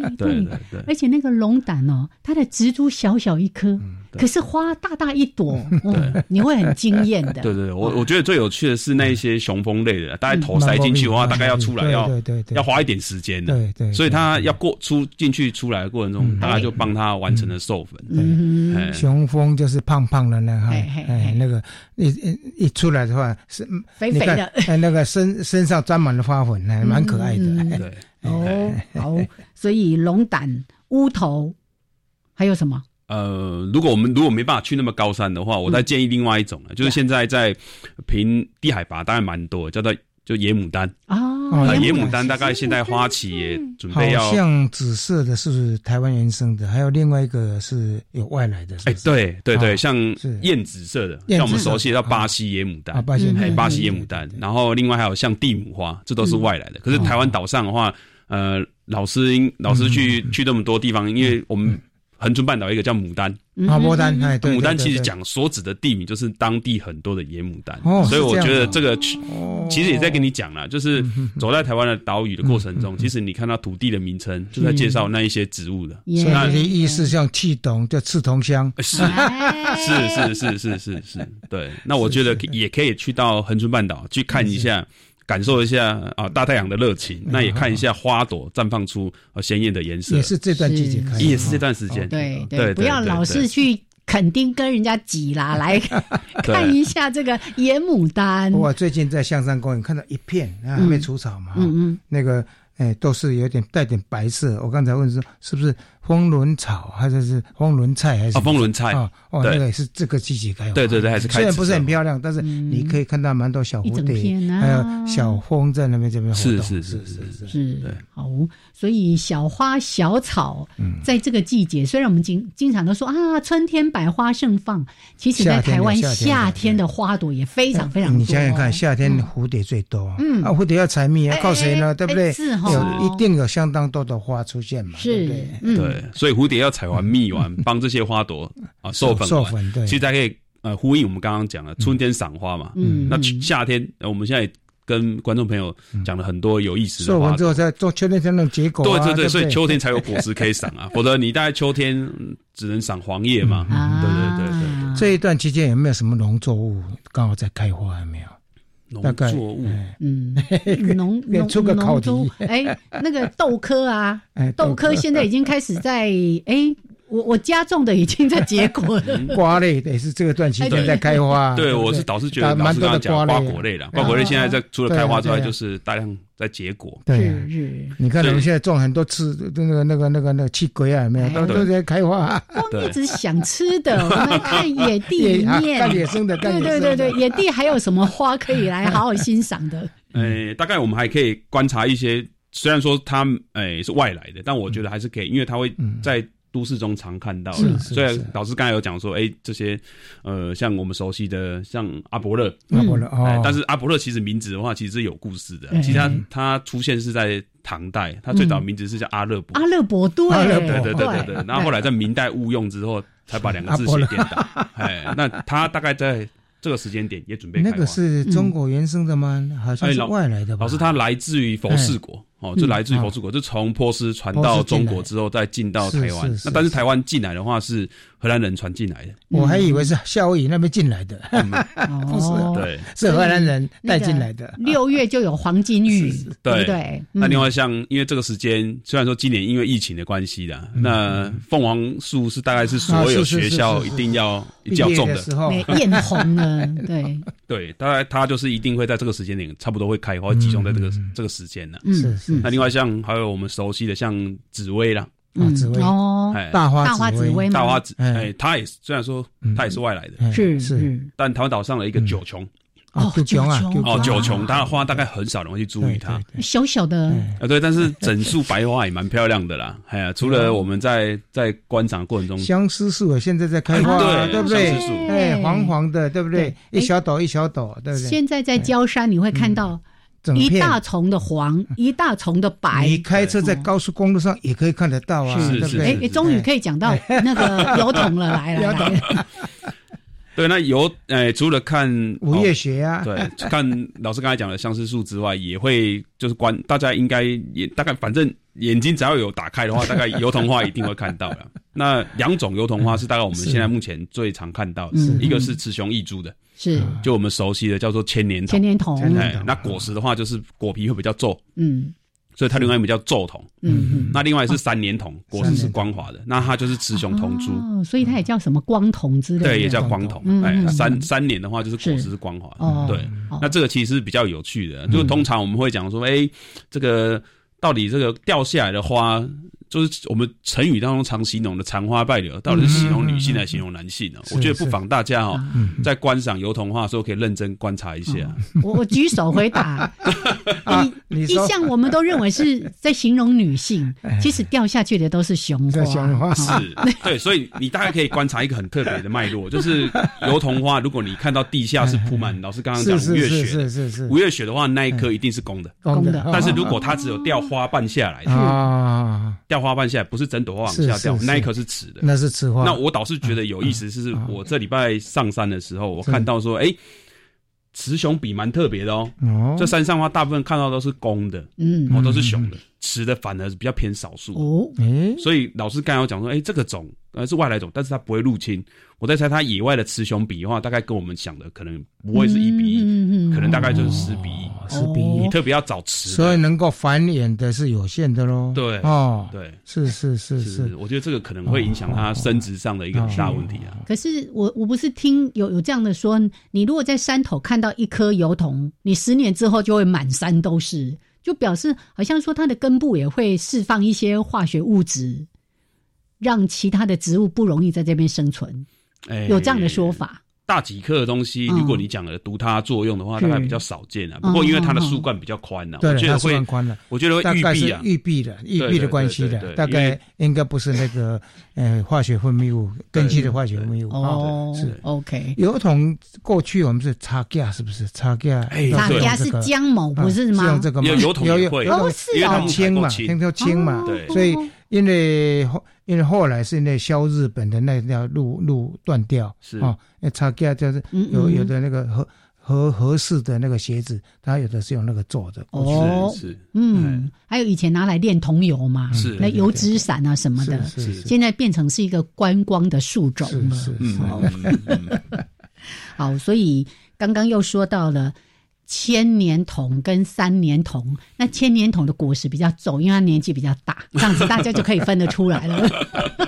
Speaker 2: 哎
Speaker 4: 对对对，
Speaker 2: 而且那个龙胆哦，它的植株小小一颗，
Speaker 4: 嗯
Speaker 2: 可是花大大一朵，哦，你会很惊艳的。
Speaker 4: 对对，对我我觉得最有趣的是那一些雄蜂类的，大概头塞进去的话，
Speaker 1: 嗯
Speaker 4: 大概要出来
Speaker 1: 对
Speaker 4: 要
Speaker 1: 对对对
Speaker 4: 要花一点时间的，
Speaker 1: 对对对
Speaker 4: 所以它要过出进去出来的过程中，
Speaker 1: 嗯
Speaker 4: 大概就帮它完成了授粉。
Speaker 2: 嗯哼，
Speaker 4: 哎
Speaker 1: 雄蜂就是胖胖的那个，
Speaker 2: 嘿嘿
Speaker 1: 哎，哎
Speaker 2: 嘿
Speaker 1: 那个一一一出来的话是嗯
Speaker 2: 肥
Speaker 1: 你
Speaker 2: 肥
Speaker 1: 看
Speaker 2: 的，
Speaker 1: 哎，那个身身上沾满了花粉，还蛮可爱的。
Speaker 2: 嗯
Speaker 1: 哎
Speaker 4: 对，
Speaker 2: 哦，好，所以龙胆、乌头，还有什么？
Speaker 4: 呃，如果我们如果没办法去那么高山的话，我再建议另外一种了，啊就是现在在平低海拔大概蛮多的，叫做就野牡丹。
Speaker 2: 哦
Speaker 4: 啊
Speaker 1: 野牡丹嗯
Speaker 4: 野牡丹大概现在花期也准
Speaker 1: 好
Speaker 4: 备要，
Speaker 1: 像紫色的是台湾原生的，还有另外一个是有外来的，是
Speaker 4: 哎
Speaker 1: 不，是
Speaker 4: 对对
Speaker 1: 啊
Speaker 4: 对，像
Speaker 1: 是
Speaker 4: 艳紫色的，
Speaker 1: 艳
Speaker 4: 像我们
Speaker 1: 紫色
Speaker 4: 熟悉的
Speaker 1: 啊
Speaker 4: 叫巴西野牡丹
Speaker 1: 啊，。巴西
Speaker 2: 嗯
Speaker 4: 嘿，
Speaker 2: 嗯
Speaker 4: 巴西野牡丹，然后另外还有像地母花，这都
Speaker 1: 嗯
Speaker 4: 是外来的。
Speaker 1: 哦
Speaker 4: 可是台湾岛上的话，呃，老师
Speaker 1: 嗯
Speaker 4: 应老师去去这么多地方，因为我们恒春半岛有一个叫牡丹，
Speaker 2: 嗯
Speaker 1: 阿波丹，哎，嗯对，
Speaker 4: 嗯牡丹
Speaker 1: 对
Speaker 4: 其实，
Speaker 1: 对
Speaker 4: 讲所指的地名就是当地很多的野牡丹
Speaker 1: 哦，
Speaker 4: 所以我
Speaker 1: 是
Speaker 4: 觉得这
Speaker 1: 这样哦嗯
Speaker 4: 个去其实也在跟你讲啦，就是走在台湾的岛屿的过程中，其实你看到土地的名称，就
Speaker 1: 嗯
Speaker 4: 在介绍那一些植物的。
Speaker 1: 对
Speaker 2: 耶
Speaker 1: 所以
Speaker 4: 那
Speaker 1: 你的意思像气筒叫刺桐香，
Speaker 4: 呃是
Speaker 2: 哎
Speaker 4: 是是是是是是，对。那我觉得也可以去到恒春半岛去看一
Speaker 1: 嗯
Speaker 4: 下，感受一下啊大太阳的热情，那也看一下花朵绽放出呃鲜艳的颜色
Speaker 1: 也。是哦这段季节开的，
Speaker 4: 也是这段时间，
Speaker 2: 对
Speaker 4: 对对
Speaker 2: 不要
Speaker 4: 对
Speaker 2: 老
Speaker 4: 对
Speaker 2: 是去垦丁跟人家挤啦，来看一下这个野牡丹。
Speaker 1: 我最近在象山公园看到一片啊，还没除草嘛，
Speaker 2: 嗯嗯，
Speaker 1: 那个哎，都是有点带点白色。我刚才问说是不是风轮草，还是是风轮菜，还是
Speaker 4: 啊风轮菜
Speaker 1: 哦哦，
Speaker 4: 对
Speaker 1: 那个也是这个季节开花。
Speaker 4: 对对对还是开
Speaker 1: 虽然不
Speaker 4: 枝
Speaker 1: 是
Speaker 4: 头
Speaker 1: 很漂亮，但是你可以看到蛮多小
Speaker 2: 嗯一
Speaker 1: 蝴
Speaker 2: 整
Speaker 1: 蝶
Speaker 2: 片，啊
Speaker 1: 还有小蜂在那边这边活
Speaker 4: 是
Speaker 1: 动。
Speaker 4: 是是是是
Speaker 2: 是
Speaker 4: 对，
Speaker 2: 好，所以小花小草，
Speaker 4: 嗯
Speaker 2: 在这个季节，虽然我们经经常都说啊，春天百花盛放，其实在
Speaker 1: 夏天
Speaker 2: 台湾
Speaker 1: 夏天嗯
Speaker 2: 夏天的花朵也非常非常多。啊
Speaker 1: 哎你想想看，夏天蝴蝶最多，
Speaker 2: 嗯
Speaker 1: 啊，蝴蝶要采蜜啊
Speaker 2: 哎，
Speaker 1: 靠谁
Speaker 2: 哎哎
Speaker 1: 呢？对不对？
Speaker 2: 是哦
Speaker 1: 有一定有相当多的花出现嘛，对
Speaker 2: 是
Speaker 1: 不对？，
Speaker 2: 嗯，
Speaker 4: 对，所以蝴蝶要采完蜜完，帮这些花朵啊授粉完，
Speaker 1: 嗯授粉对嗯
Speaker 4: 其实才可以呃呼应我们刚刚讲的春天赏花嘛。
Speaker 2: 嗯
Speaker 4: 那夏天、呃我们现在也跟观众朋友讲了很多有意思的
Speaker 1: 嗯授
Speaker 4: 花
Speaker 1: 粉之
Speaker 4: 朵。
Speaker 1: 后再做秋天才能结果
Speaker 4: 对
Speaker 1: 啊，
Speaker 4: 对
Speaker 1: 对，
Speaker 4: 所以秋天。才有果实可以赏 啊，否则你大概秋天嗯只能赏黄叶嘛。
Speaker 1: 嗯
Speaker 2: 啊
Speaker 4: 对对对对，
Speaker 1: 这一段期间有没有什么农作物刚好在开花？有没有？大
Speaker 4: 农
Speaker 1: 概哎
Speaker 4: 作物
Speaker 2: 嗯， 农
Speaker 1: 给
Speaker 2: 农
Speaker 1: 出个考
Speaker 2: 农
Speaker 1: 题
Speaker 2: 都哎，那个豆科啊，
Speaker 1: 哎
Speaker 2: 豆
Speaker 1: 豆
Speaker 2: 科
Speaker 1: 科
Speaker 2: 现在已经开始在哎，我我家种的已经在结果了。
Speaker 4: 嗯
Speaker 1: 瓜类也是这个段期间在开花。啊
Speaker 4: 对，
Speaker 1: 不
Speaker 4: 我是导师觉得老
Speaker 1: 蛮
Speaker 4: 师
Speaker 1: 多
Speaker 4: 刚
Speaker 1: 的
Speaker 4: 刚讲瓜
Speaker 1: 类
Speaker 4: 果类啦，瓜果类现在在除了
Speaker 1: 对啊
Speaker 4: 开花之外，
Speaker 1: 对啊
Speaker 4: 就是大量在结果。
Speaker 1: 对啊
Speaker 2: 是。是，
Speaker 1: 你看
Speaker 4: 对
Speaker 1: 我们现在种很多次那个那个那个那个气龟啊，有没有？
Speaker 2: 哎
Speaker 1: 都都在开花，啊
Speaker 2: 光
Speaker 4: 对
Speaker 2: 一直想吃的，我们看野地
Speaker 1: 也
Speaker 2: 里
Speaker 1: 啊
Speaker 2: 面，
Speaker 1: 干 野生的，干
Speaker 2: 对
Speaker 1: 野
Speaker 2: 对
Speaker 1: 生
Speaker 2: 对
Speaker 1: 的。
Speaker 2: 对，野地还有什么花可以来好好欣赏的？
Speaker 4: 诶、哎大概我们还可以观察一些，虽然说它诶、是外来的，但我觉得还是可以，因为它会
Speaker 1: 嗯
Speaker 4: 在都市中常看到的。
Speaker 1: 是是
Speaker 4: 所以
Speaker 1: 是
Speaker 4: 老师刚才有讲说，诶、这些呃，像我们熟悉的，像阿伯勒。
Speaker 2: 嗯
Speaker 1: 那我了
Speaker 4: 哎
Speaker 1: 哦，嗯
Speaker 4: 但是阿伯勒其实名字的话，其实是有故事的啊
Speaker 2: 哎。
Speaker 4: 其实它它出现是在唐代，它最早名字是叫阿勒
Speaker 1: 嗯
Speaker 4: 伯。
Speaker 2: 阿勒伯对，
Speaker 1: 阿勒伯
Speaker 4: 对对对对对。然后后来在明代误用之后，才把两个字写颠倒。哎，那它大概在这个时间点也准备开
Speaker 1: 那
Speaker 4: 花。哎
Speaker 1: 个是中国原生的吗？好像是外来的吧？
Speaker 4: 老师，它来自于
Speaker 1: 哎
Speaker 4: 佛士国，哦，
Speaker 1: 嗯
Speaker 4: 就来自于佛士国，就从波斯传到中国之后，再进到台湾
Speaker 1: 是是。是
Speaker 4: 那但是台湾进来的话，是荷兰人传进 来的。嗯
Speaker 1: 我还以为是夏威夷那边进来
Speaker 2: 嗯
Speaker 1: 的，不是
Speaker 2: 哦，
Speaker 4: 对
Speaker 1: 是荷兰人带进来
Speaker 4: 嗯
Speaker 1: 的。
Speaker 2: 六月就有黄金玉，对不
Speaker 4: 对
Speaker 2: 对？
Speaker 4: 那
Speaker 2: 嗯
Speaker 4: 另外像，因为这个时间，虽然说今年因为疫情的关系啦，那凤凰树是大概是所有
Speaker 1: 嗯啊是是
Speaker 4: 学
Speaker 1: 是
Speaker 4: 校
Speaker 1: 是
Speaker 4: 一
Speaker 1: 是
Speaker 4: 定要一
Speaker 1: 毕
Speaker 4: 定要
Speaker 1: 业
Speaker 4: 种
Speaker 1: 的
Speaker 4: 的，
Speaker 1: 时候，
Speaker 2: 对艳 红了，对，
Speaker 4: 对，大概它就是一定会在这个时间点差不多会开花，集中在这个
Speaker 1: 嗯嗯嗯
Speaker 4: 这个时间呢。
Speaker 2: 嗯
Speaker 1: 是是
Speaker 4: 那另外像还有我们熟悉的像紫薇啦，
Speaker 1: 啊紫薇
Speaker 2: 哦，
Speaker 4: 哎，
Speaker 1: 大花
Speaker 2: 大花紫薇
Speaker 1: 薇，
Speaker 2: 吗
Speaker 4: 大花紫，
Speaker 1: 嗯
Speaker 4: 哎，它也是虽然说它也是外来的，
Speaker 1: 哎
Speaker 2: 是
Speaker 1: 是
Speaker 2: 是，
Speaker 4: 但台湾岛上的一个九琼、
Speaker 1: 啊
Speaker 2: 哦，
Speaker 1: 九琼啊
Speaker 2: 九，琼
Speaker 4: 哦，
Speaker 2: 哇
Speaker 4: 九琼，它的花大概很少人会去注意它
Speaker 1: 对
Speaker 4: 啊、
Speaker 1: 对对
Speaker 2: 小小的，
Speaker 1: 哎
Speaker 4: 对，但是整 束白花也蛮漂亮的啦。哎呀，除
Speaker 1: 啊
Speaker 4: 了我们在在观赏过程中，
Speaker 1: 相思树啊，现在在开花啊，
Speaker 4: 对
Speaker 1: 对不对
Speaker 4: 相思？树
Speaker 1: 哎，黄黄的，对不对
Speaker 2: 对？哎
Speaker 1: 一小朵一小朵，对不对？
Speaker 2: 现在在礁山你会看到
Speaker 1: 哎嗯整
Speaker 2: 一
Speaker 1: 片嗯
Speaker 2: 大丛的黄，一大丛的白
Speaker 1: 你。开车在高速公路上也可以看得到啊，
Speaker 4: 是
Speaker 1: 对不
Speaker 4: 是
Speaker 1: 对
Speaker 2: 哎？哎，终于可以讲到那个油桶 了，来来来，
Speaker 4: 对，那有哎，除了看
Speaker 1: 五月、
Speaker 4: 哦
Speaker 1: 雪啊，
Speaker 4: 对，看老师刚才讲的相思树之外，也会就是观大家应该也大概反正眼睛只要有打开的话，大概油桐花一定会看到 了。那两种油桐花是大概我们现在目前最常看到的，
Speaker 2: 是
Speaker 4: 一个是雌雄异株的，
Speaker 2: 是
Speaker 1: 嗯
Speaker 4: 就我们熟悉的叫做千年
Speaker 2: 嗯千
Speaker 4: 桐。
Speaker 2: 年桶，
Speaker 1: 千年
Speaker 4: 哎，那果实的话就是果皮会比较皱，
Speaker 2: 嗯
Speaker 4: 所以它另外一个叫皱桐。
Speaker 2: 嗯哦嗯，
Speaker 4: 那另外是三连筒，果实是光滑的，那它就是雌雄同株，
Speaker 2: 哦，所以它也叫什么光筒之类的，
Speaker 4: 对，也叫光筒
Speaker 2: 嗯。
Speaker 4: 哎
Speaker 2: 嗯，
Speaker 4: 三
Speaker 2: 嗯
Speaker 4: 三连的话就是果实是光滑
Speaker 2: 哦
Speaker 4: 的，对。
Speaker 2: 哦
Speaker 4: 那这个其实是比较有趣的，就通常我们会讲说，哎，这个到底这个掉下来的花，就是我们成语当中常形容的“残花败柳”，到底是形容女性还是形容男性呢？
Speaker 1: 是
Speaker 4: 我觉得不妨大家哦
Speaker 2: 是，
Speaker 1: 嗯
Speaker 4: 在观赏油桐花的时候可以认真观察一下。
Speaker 2: 我我举手回答，
Speaker 1: 啊，
Speaker 2: 一
Speaker 1: 你说哎
Speaker 2: 一向我们都认为是在形容女 性，其实掉下去的都是雄花。
Speaker 1: 在想话
Speaker 2: 哦
Speaker 4: 是，对，所以你大概可以观察一个很特别的脉络，就是油桐花，如果你看到地下是铺满，老师刚刚讲
Speaker 1: 哎是
Speaker 4: 五
Speaker 1: 是
Speaker 4: 月
Speaker 1: 是哎
Speaker 4: 雪
Speaker 1: 是是是
Speaker 4: 五，月雪的话，那一颗一定是公的。
Speaker 1: 公哦
Speaker 2: 公的
Speaker 4: 但是如果它只有掉花瓣下来，
Speaker 2: 嗯
Speaker 1: 啊，
Speaker 4: 掉花瓣下来不是整朵花往下
Speaker 1: 是
Speaker 4: 掉
Speaker 1: 是，是
Speaker 4: 那一颗是雌的。
Speaker 1: 那是雌花，
Speaker 4: 那我倒是觉得有意
Speaker 2: 嗯
Speaker 4: 思，是我这礼拜上山的时候，我
Speaker 1: 是
Speaker 4: 看到说，哎，雌雄比蛮特别的哦。
Speaker 1: 哦，
Speaker 4: 这山上花大部分看到都是公的，
Speaker 2: 嗯
Speaker 4: 哦，都是雄的，雌的反而比较偏少数。
Speaker 2: 哦，
Speaker 1: 诶，
Speaker 4: 所以老师刚才有讲说，哎、这个种呃是外来种，但是它不会入侵。我在猜它野外的雌雄比的话，大概跟我们想的可能不会是一比一、
Speaker 2: 嗯嗯嗯
Speaker 4: 可能大概就是十比一、
Speaker 1: 是比
Speaker 2: 哦
Speaker 4: 你特别要找雌的，
Speaker 1: 所以能够繁衍的是有限的喽，
Speaker 4: 对
Speaker 1: 哦，，
Speaker 4: 对
Speaker 1: 是是是
Speaker 4: 是，
Speaker 1: 是，
Speaker 4: 我觉得这个可能会影响它生殖上
Speaker 2: 哦
Speaker 4: 的一个很大问题啊。
Speaker 2: 可是我我不是听有有这样的说，你如果在山头看到一颗油桐，你十年之后就会满山都是，就表示好像说它的根部也会释放一些化学物质，让其他的植物不容易在这边生存，
Speaker 4: 哎
Speaker 2: 有这样的说法。
Speaker 4: 大戟科的东西，
Speaker 2: 嗯
Speaker 4: 如果你讲了毒它作用的话，
Speaker 2: 是
Speaker 4: 大概比较少见啊。不过因为它的树冠比较宽呐，
Speaker 1: 对
Speaker 4: 啊我
Speaker 1: 了，
Speaker 4: 觉
Speaker 1: 它
Speaker 4: 得
Speaker 1: 是
Speaker 4: 会
Speaker 1: 蛮宽的，
Speaker 4: 我觉得
Speaker 1: 大
Speaker 4: 会
Speaker 1: 概
Speaker 4: 育
Speaker 1: 是
Speaker 4: 碧啊，
Speaker 1: 育碧的育
Speaker 4: 对
Speaker 1: 碧的
Speaker 4: 对
Speaker 1: 关
Speaker 4: 对
Speaker 1: 系
Speaker 4: 对
Speaker 1: 的，
Speaker 4: 对
Speaker 1: 大
Speaker 4: 因为
Speaker 1: 概应该不是那个呃化学分泌物，根系的化学分泌物
Speaker 4: 哎
Speaker 2: 哦
Speaker 1: 啊，是。
Speaker 2: ，OK，
Speaker 1: 油桶过去我们是插架，是不是插架？
Speaker 4: 哎
Speaker 1: 到
Speaker 2: 大
Speaker 1: 哦这个
Speaker 2: 家是姜某，不是
Speaker 1: 啊
Speaker 2: 吗
Speaker 1: 用？这个吗？
Speaker 4: 有油桶
Speaker 1: 有
Speaker 4: 也
Speaker 1: 有
Speaker 4: 会
Speaker 1: 有
Speaker 2: 哦是
Speaker 4: 因为他
Speaker 2: 哦
Speaker 4: 们
Speaker 1: 氢嘛，
Speaker 4: 采购
Speaker 1: 听说氢嘛，
Speaker 4: 对
Speaker 1: 所以因为后因为后来是那销日本的那条路路断掉，
Speaker 4: 是
Speaker 1: 哦，那差价就是
Speaker 2: 嗯
Speaker 1: 有
Speaker 2: 嗯
Speaker 1: 有的那个合合合适的那个鞋子，它有的是用那个做的，
Speaker 2: 哦，
Speaker 4: 是是
Speaker 1: 哎
Speaker 2: 嗯，还有以前拿来炼桐油嘛，
Speaker 4: 是
Speaker 1: 嗯
Speaker 2: 那油纸伞啊什么的，
Speaker 1: 是是是
Speaker 2: 现在变成是一个观光的树种
Speaker 1: 是
Speaker 2: 了。
Speaker 1: 是
Speaker 4: 嗯
Speaker 1: 是，
Speaker 4: 嗯嗯嗯
Speaker 2: 好，所以刚刚又说到了千年桐跟三年桐，那千年桐的果实比较皱，因为它年纪比较大，这样子大家就可以分得出来了。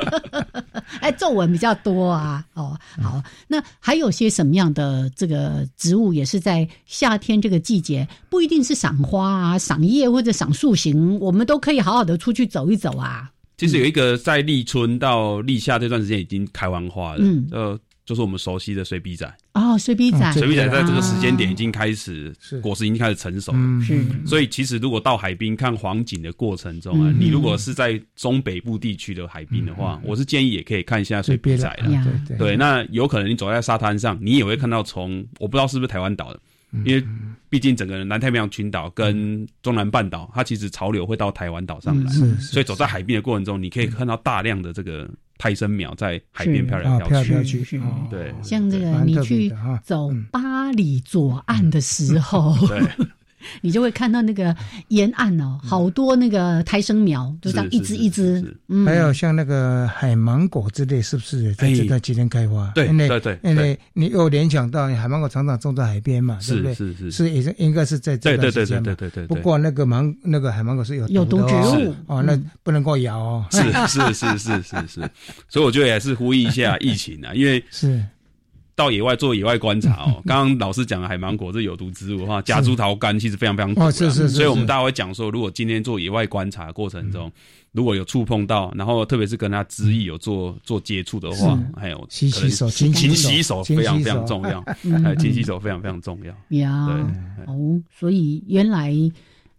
Speaker 2: 哎，皱纹比较多啊。哦，好，那还有些什么样的这个植物也是在夏天这个季节，不一定是赏花啊、赏叶或者赏树形，我们都可以好好的出去走一走啊。
Speaker 4: 其实有一个在立春到立夏这段时间已经开完花了，
Speaker 2: 嗯
Speaker 4: 呃，就是我们熟悉的水笔仔，
Speaker 2: 哦，水笔
Speaker 1: 嗯
Speaker 2: 仔，
Speaker 4: 水笔仔在这个时间点已
Speaker 2: 啊
Speaker 4: 经开始
Speaker 1: 是
Speaker 4: 果实已经开始成熟了。
Speaker 1: 嗯
Speaker 2: 是
Speaker 4: 所以其实如果到海滨看黄景的过程中啊，
Speaker 2: 嗯
Speaker 4: 你如果是在中北部地区的海滨的
Speaker 1: 嗯
Speaker 4: 话，我是建议也可以看一下水笔仔
Speaker 1: 了，
Speaker 4: 啦。
Speaker 2: 嗯呀
Speaker 1: 对
Speaker 4: 对，，那有可能你走在沙滩上，你也会看到从我不知道是不是台湾岛的，
Speaker 1: 嗯
Speaker 4: 因为毕竟整个南太平洋群岛跟中南半岛，它其实潮流会到台湾岛上来，
Speaker 1: 嗯是是
Speaker 4: 嗯所以走在海边的过程中，你可以看到大量的这个泰森苗在海
Speaker 2: 是
Speaker 4: 边飘来
Speaker 1: 啊，飘
Speaker 4: 飘
Speaker 1: 来
Speaker 4: 去。
Speaker 1: 飘
Speaker 2: 是
Speaker 1: 去
Speaker 2: 是，
Speaker 1: 哦
Speaker 4: 对
Speaker 2: 像这个
Speaker 1: 蛮
Speaker 2: 你
Speaker 1: 特别
Speaker 2: 去
Speaker 1: 的哈
Speaker 2: 走
Speaker 1: 嗯
Speaker 2: 巴黎左岸的时候，
Speaker 4: 对，
Speaker 2: 你就会看到那个沿岸哦，好多那个胎生苗，就这样
Speaker 4: 是
Speaker 2: 一
Speaker 4: 是
Speaker 2: 只
Speaker 4: 是
Speaker 2: 一
Speaker 4: 是
Speaker 2: 只
Speaker 4: 是，
Speaker 2: 嗯，
Speaker 1: 还有像那个海芒果之类，是不是也在这段期间开花？
Speaker 4: 哎对
Speaker 1: 因为
Speaker 4: 对对
Speaker 1: 因
Speaker 4: 对
Speaker 1: 为你又联想到海芒果常常种在海边嘛，对不
Speaker 4: 是是
Speaker 1: 对？
Speaker 4: 是
Speaker 1: 是也是应该是在这
Speaker 4: 对对
Speaker 1: 段
Speaker 4: 对
Speaker 1: 时
Speaker 4: 对
Speaker 1: 间嘛
Speaker 4: 对。对对。
Speaker 1: 不过那个芒那个海芒果是有
Speaker 2: 有
Speaker 1: 毒
Speaker 2: 毒
Speaker 1: 的
Speaker 2: 植
Speaker 1: 哦
Speaker 2: 物
Speaker 1: 哦，那
Speaker 2: 嗯
Speaker 1: 不能够咬哦。
Speaker 4: 是是是是是是，所以我觉得也是呼吁一下疫情啊，因为
Speaker 1: 是
Speaker 4: 到野外做野外观察哦。刚刚老师讲的海芒果这有毒植物的话，夹竹桃干其实非常非常毒啊、
Speaker 1: 哦是是是
Speaker 4: 所以我们
Speaker 1: 是
Speaker 4: 大家会讲说，如果今天做野外观察的过程中，如果有触碰到，然后特别是跟它枝叶有做做接触的话，哎还有
Speaker 1: 洗洗手，勤
Speaker 4: 勤勤
Speaker 1: 洗
Speaker 4: 洗
Speaker 1: 手，
Speaker 4: 手
Speaker 1: 勤
Speaker 4: 非常
Speaker 1: 洗
Speaker 4: 非常
Speaker 1: 手。
Speaker 4: 重要，
Speaker 2: 嗯
Speaker 4: 哎，勤洗手非常非常重要。对
Speaker 2: 呀，，哦，所以原来。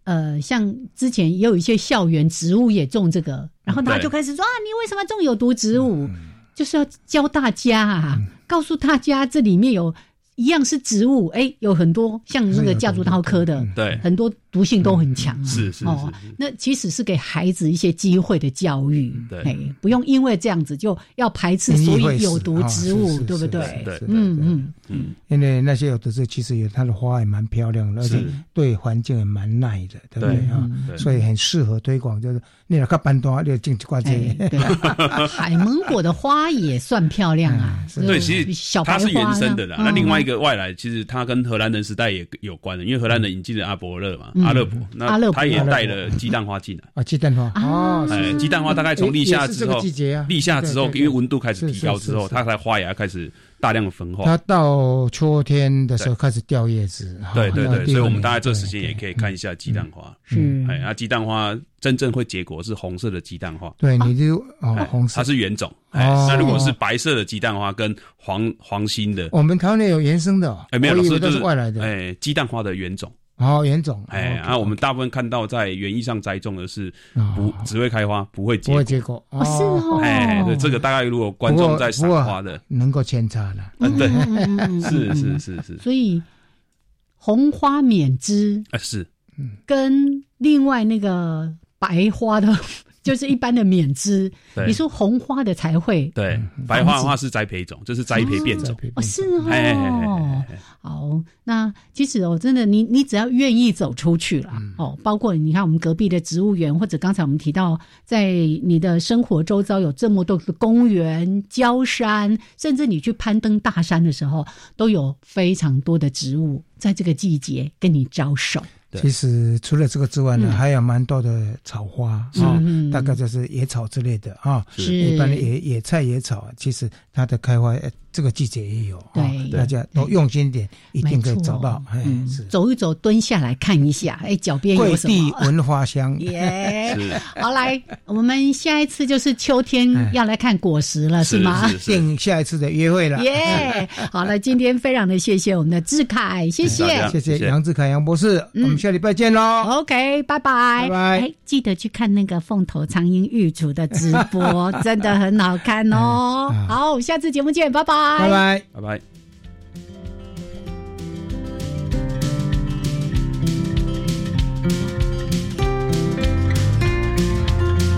Speaker 2: 呃，像之前也有一些校园植物也种这个，然后大家
Speaker 4: 对
Speaker 2: 就开始说啊，你为什么种有毒植物？
Speaker 4: 嗯
Speaker 2: 就是要教大家啊，告诉大家这里面有一样是植物，哎，有很多像那
Speaker 1: 是有
Speaker 2: 个
Speaker 1: 毒嗯
Speaker 2: 夹竹桃科的，
Speaker 4: 对
Speaker 2: 很多毒性都很强啊。
Speaker 4: 哎嗯是是
Speaker 2: 哦
Speaker 4: 是是，嗯
Speaker 2: 那其实是给孩子一些机会的教育，
Speaker 4: 对
Speaker 2: 哎，不用因为这样子就要排斥所有有毒植
Speaker 1: 嗯
Speaker 2: 物
Speaker 1: 是是，
Speaker 2: 对不对
Speaker 1: 是是？
Speaker 4: 对
Speaker 2: 嗯
Speaker 1: 对
Speaker 2: 嗯，
Speaker 4: 嗯，
Speaker 1: 因为那些有的是其实有它的花也蛮漂亮的，而且
Speaker 4: 是
Speaker 1: 对环境也蛮耐的，对不对
Speaker 4: 对
Speaker 2: 嗯
Speaker 1: 啊？
Speaker 4: 对
Speaker 1: 所以很适合推广，就是你若较搬单，你就种一挂这
Speaker 2: 哎，
Speaker 1: 个。
Speaker 2: 对，海芒果的花也算漂亮 啊，
Speaker 1: 嗯
Speaker 4: 对，
Speaker 2: 就
Speaker 4: 其实
Speaker 2: 小白
Speaker 4: 它
Speaker 2: 花
Speaker 4: 是原生的啦。
Speaker 2: 呢
Speaker 4: 那另外一
Speaker 2: 嗯
Speaker 4: 个外来，其实它跟荷兰人时代也有关的，因为荷兰人引进了阿伯勒嘛，
Speaker 2: 嗯
Speaker 4: 阿勒伯，
Speaker 2: 阿勒
Speaker 4: 那
Speaker 2: 伯
Speaker 4: 他也带了鸡蛋花进来。
Speaker 1: 啊，鸡蛋花
Speaker 2: 啊
Speaker 1: 哦，是
Speaker 4: 哎，
Speaker 1: 是
Speaker 4: 鸡蛋花大概从立夏之
Speaker 1: 也也是这个
Speaker 4: 后，
Speaker 1: 季节啊
Speaker 4: 立夏之后，
Speaker 1: 对对对
Speaker 4: 因为温度开始提高之
Speaker 1: 是是
Speaker 4: 后，
Speaker 1: 是
Speaker 4: 它才花芽开始大量的分化
Speaker 1: 它。到秋天的时候开始掉叶子，
Speaker 4: 对
Speaker 1: 哈
Speaker 4: 对
Speaker 1: 到
Speaker 4: 对，
Speaker 1: 第
Speaker 4: 所
Speaker 1: 二
Speaker 4: 以我们
Speaker 1: 年
Speaker 4: 大概这
Speaker 1: 对嗯
Speaker 4: 时间也可以看一下鸡蛋花。
Speaker 2: 是
Speaker 4: 哎，那鸡蛋花真正会结果是红色的鸡蛋花，
Speaker 1: 对，
Speaker 2: 啊
Speaker 1: 你就哦
Speaker 4: 哎
Speaker 1: 红色
Speaker 4: 它。是原种。哎，
Speaker 1: 哦
Speaker 4: 那如果是白色的鸡蛋花跟黄黄心的，
Speaker 1: 我们台湾也有原生的哦，
Speaker 4: 哎，没有，
Speaker 1: 我
Speaker 4: 老
Speaker 1: 以
Speaker 4: 师
Speaker 1: 为
Speaker 4: 就
Speaker 1: 都
Speaker 4: 是
Speaker 1: 是外来的。
Speaker 4: 哎，鸡蛋花的原种。
Speaker 1: 哦，原种，
Speaker 4: 哎，
Speaker 1: 哦
Speaker 4: 啊，我们大部分看到在园艺上栽种的是
Speaker 1: 哦
Speaker 4: 不
Speaker 2: 啊
Speaker 4: 只会开花，不会结
Speaker 1: 不
Speaker 4: 果
Speaker 1: 会。结果，
Speaker 2: 哦是哦，
Speaker 4: 哎，对，这个大概如果观
Speaker 1: 不
Speaker 4: 众
Speaker 1: 过
Speaker 4: 在
Speaker 1: 不
Speaker 4: 赏
Speaker 1: 过
Speaker 4: 花的，
Speaker 1: 能够扦插了。
Speaker 4: 嗯，对，
Speaker 2: 嗯嗯嗯嗯
Speaker 4: 是是是是，
Speaker 2: 所以红花缅栀
Speaker 4: 啊是，
Speaker 2: 跟另外那个白花的， 就是一般的缅栀，
Speaker 4: 对
Speaker 2: 你说嗯红花的才会
Speaker 4: 对，白花的话是栽培种，这是栽培变
Speaker 1: 栽
Speaker 4: 种，
Speaker 1: 培
Speaker 2: 哦，
Speaker 1: 变
Speaker 2: 是
Speaker 1: 种
Speaker 4: 哎哎哎
Speaker 2: 哦
Speaker 4: 哎。
Speaker 2: 好，那其实哦，真的，你你只要愿意走出去啦，
Speaker 1: 嗯
Speaker 2: 哦，包括你看我们隔壁的植物园，或者刚才我们提到，在你的生活周遭有这么多的公园、郊山，甚至你去攀登大山的时候，都有非常多的植物在这个季节跟你招手。
Speaker 4: 对
Speaker 1: 其实除了这个之外呢，
Speaker 2: 嗯
Speaker 1: 还有蛮多的草花啊
Speaker 2: 嗯，
Speaker 1: 大概就是野草之类的啊。
Speaker 2: 是
Speaker 1: 啊一般的野野菜、野草，其实它的开花呃这个季节也有，
Speaker 2: 对
Speaker 1: 哦大家都用心点，一定可以找到。哎，是
Speaker 2: 嗯走一走，蹲下来看一下，哎，脚边有
Speaker 1: 贵
Speaker 2: 什么？哦
Speaker 1: 地闻花 香，
Speaker 4: 哎
Speaker 2: 耶
Speaker 1: 是！
Speaker 2: 好，来，我们下一次就是秋天要来看果实了，哎是吗？
Speaker 1: 定下一次的约会了。
Speaker 2: 耶！好了，今天非常的谢谢我们的志凯，谢谢，
Speaker 1: 谢谢杨志凯杨博士，
Speaker 2: 嗯
Speaker 1: 我们下礼拜见喽。
Speaker 2: OK，拜拜，
Speaker 1: 拜拜
Speaker 2: 哎，记得去看那个凤头苍鹰御厨的 直播，真的很好看哦。好，下次节目见，拜拜，
Speaker 1: 哎啊拜拜。
Speaker 4: 拜拜。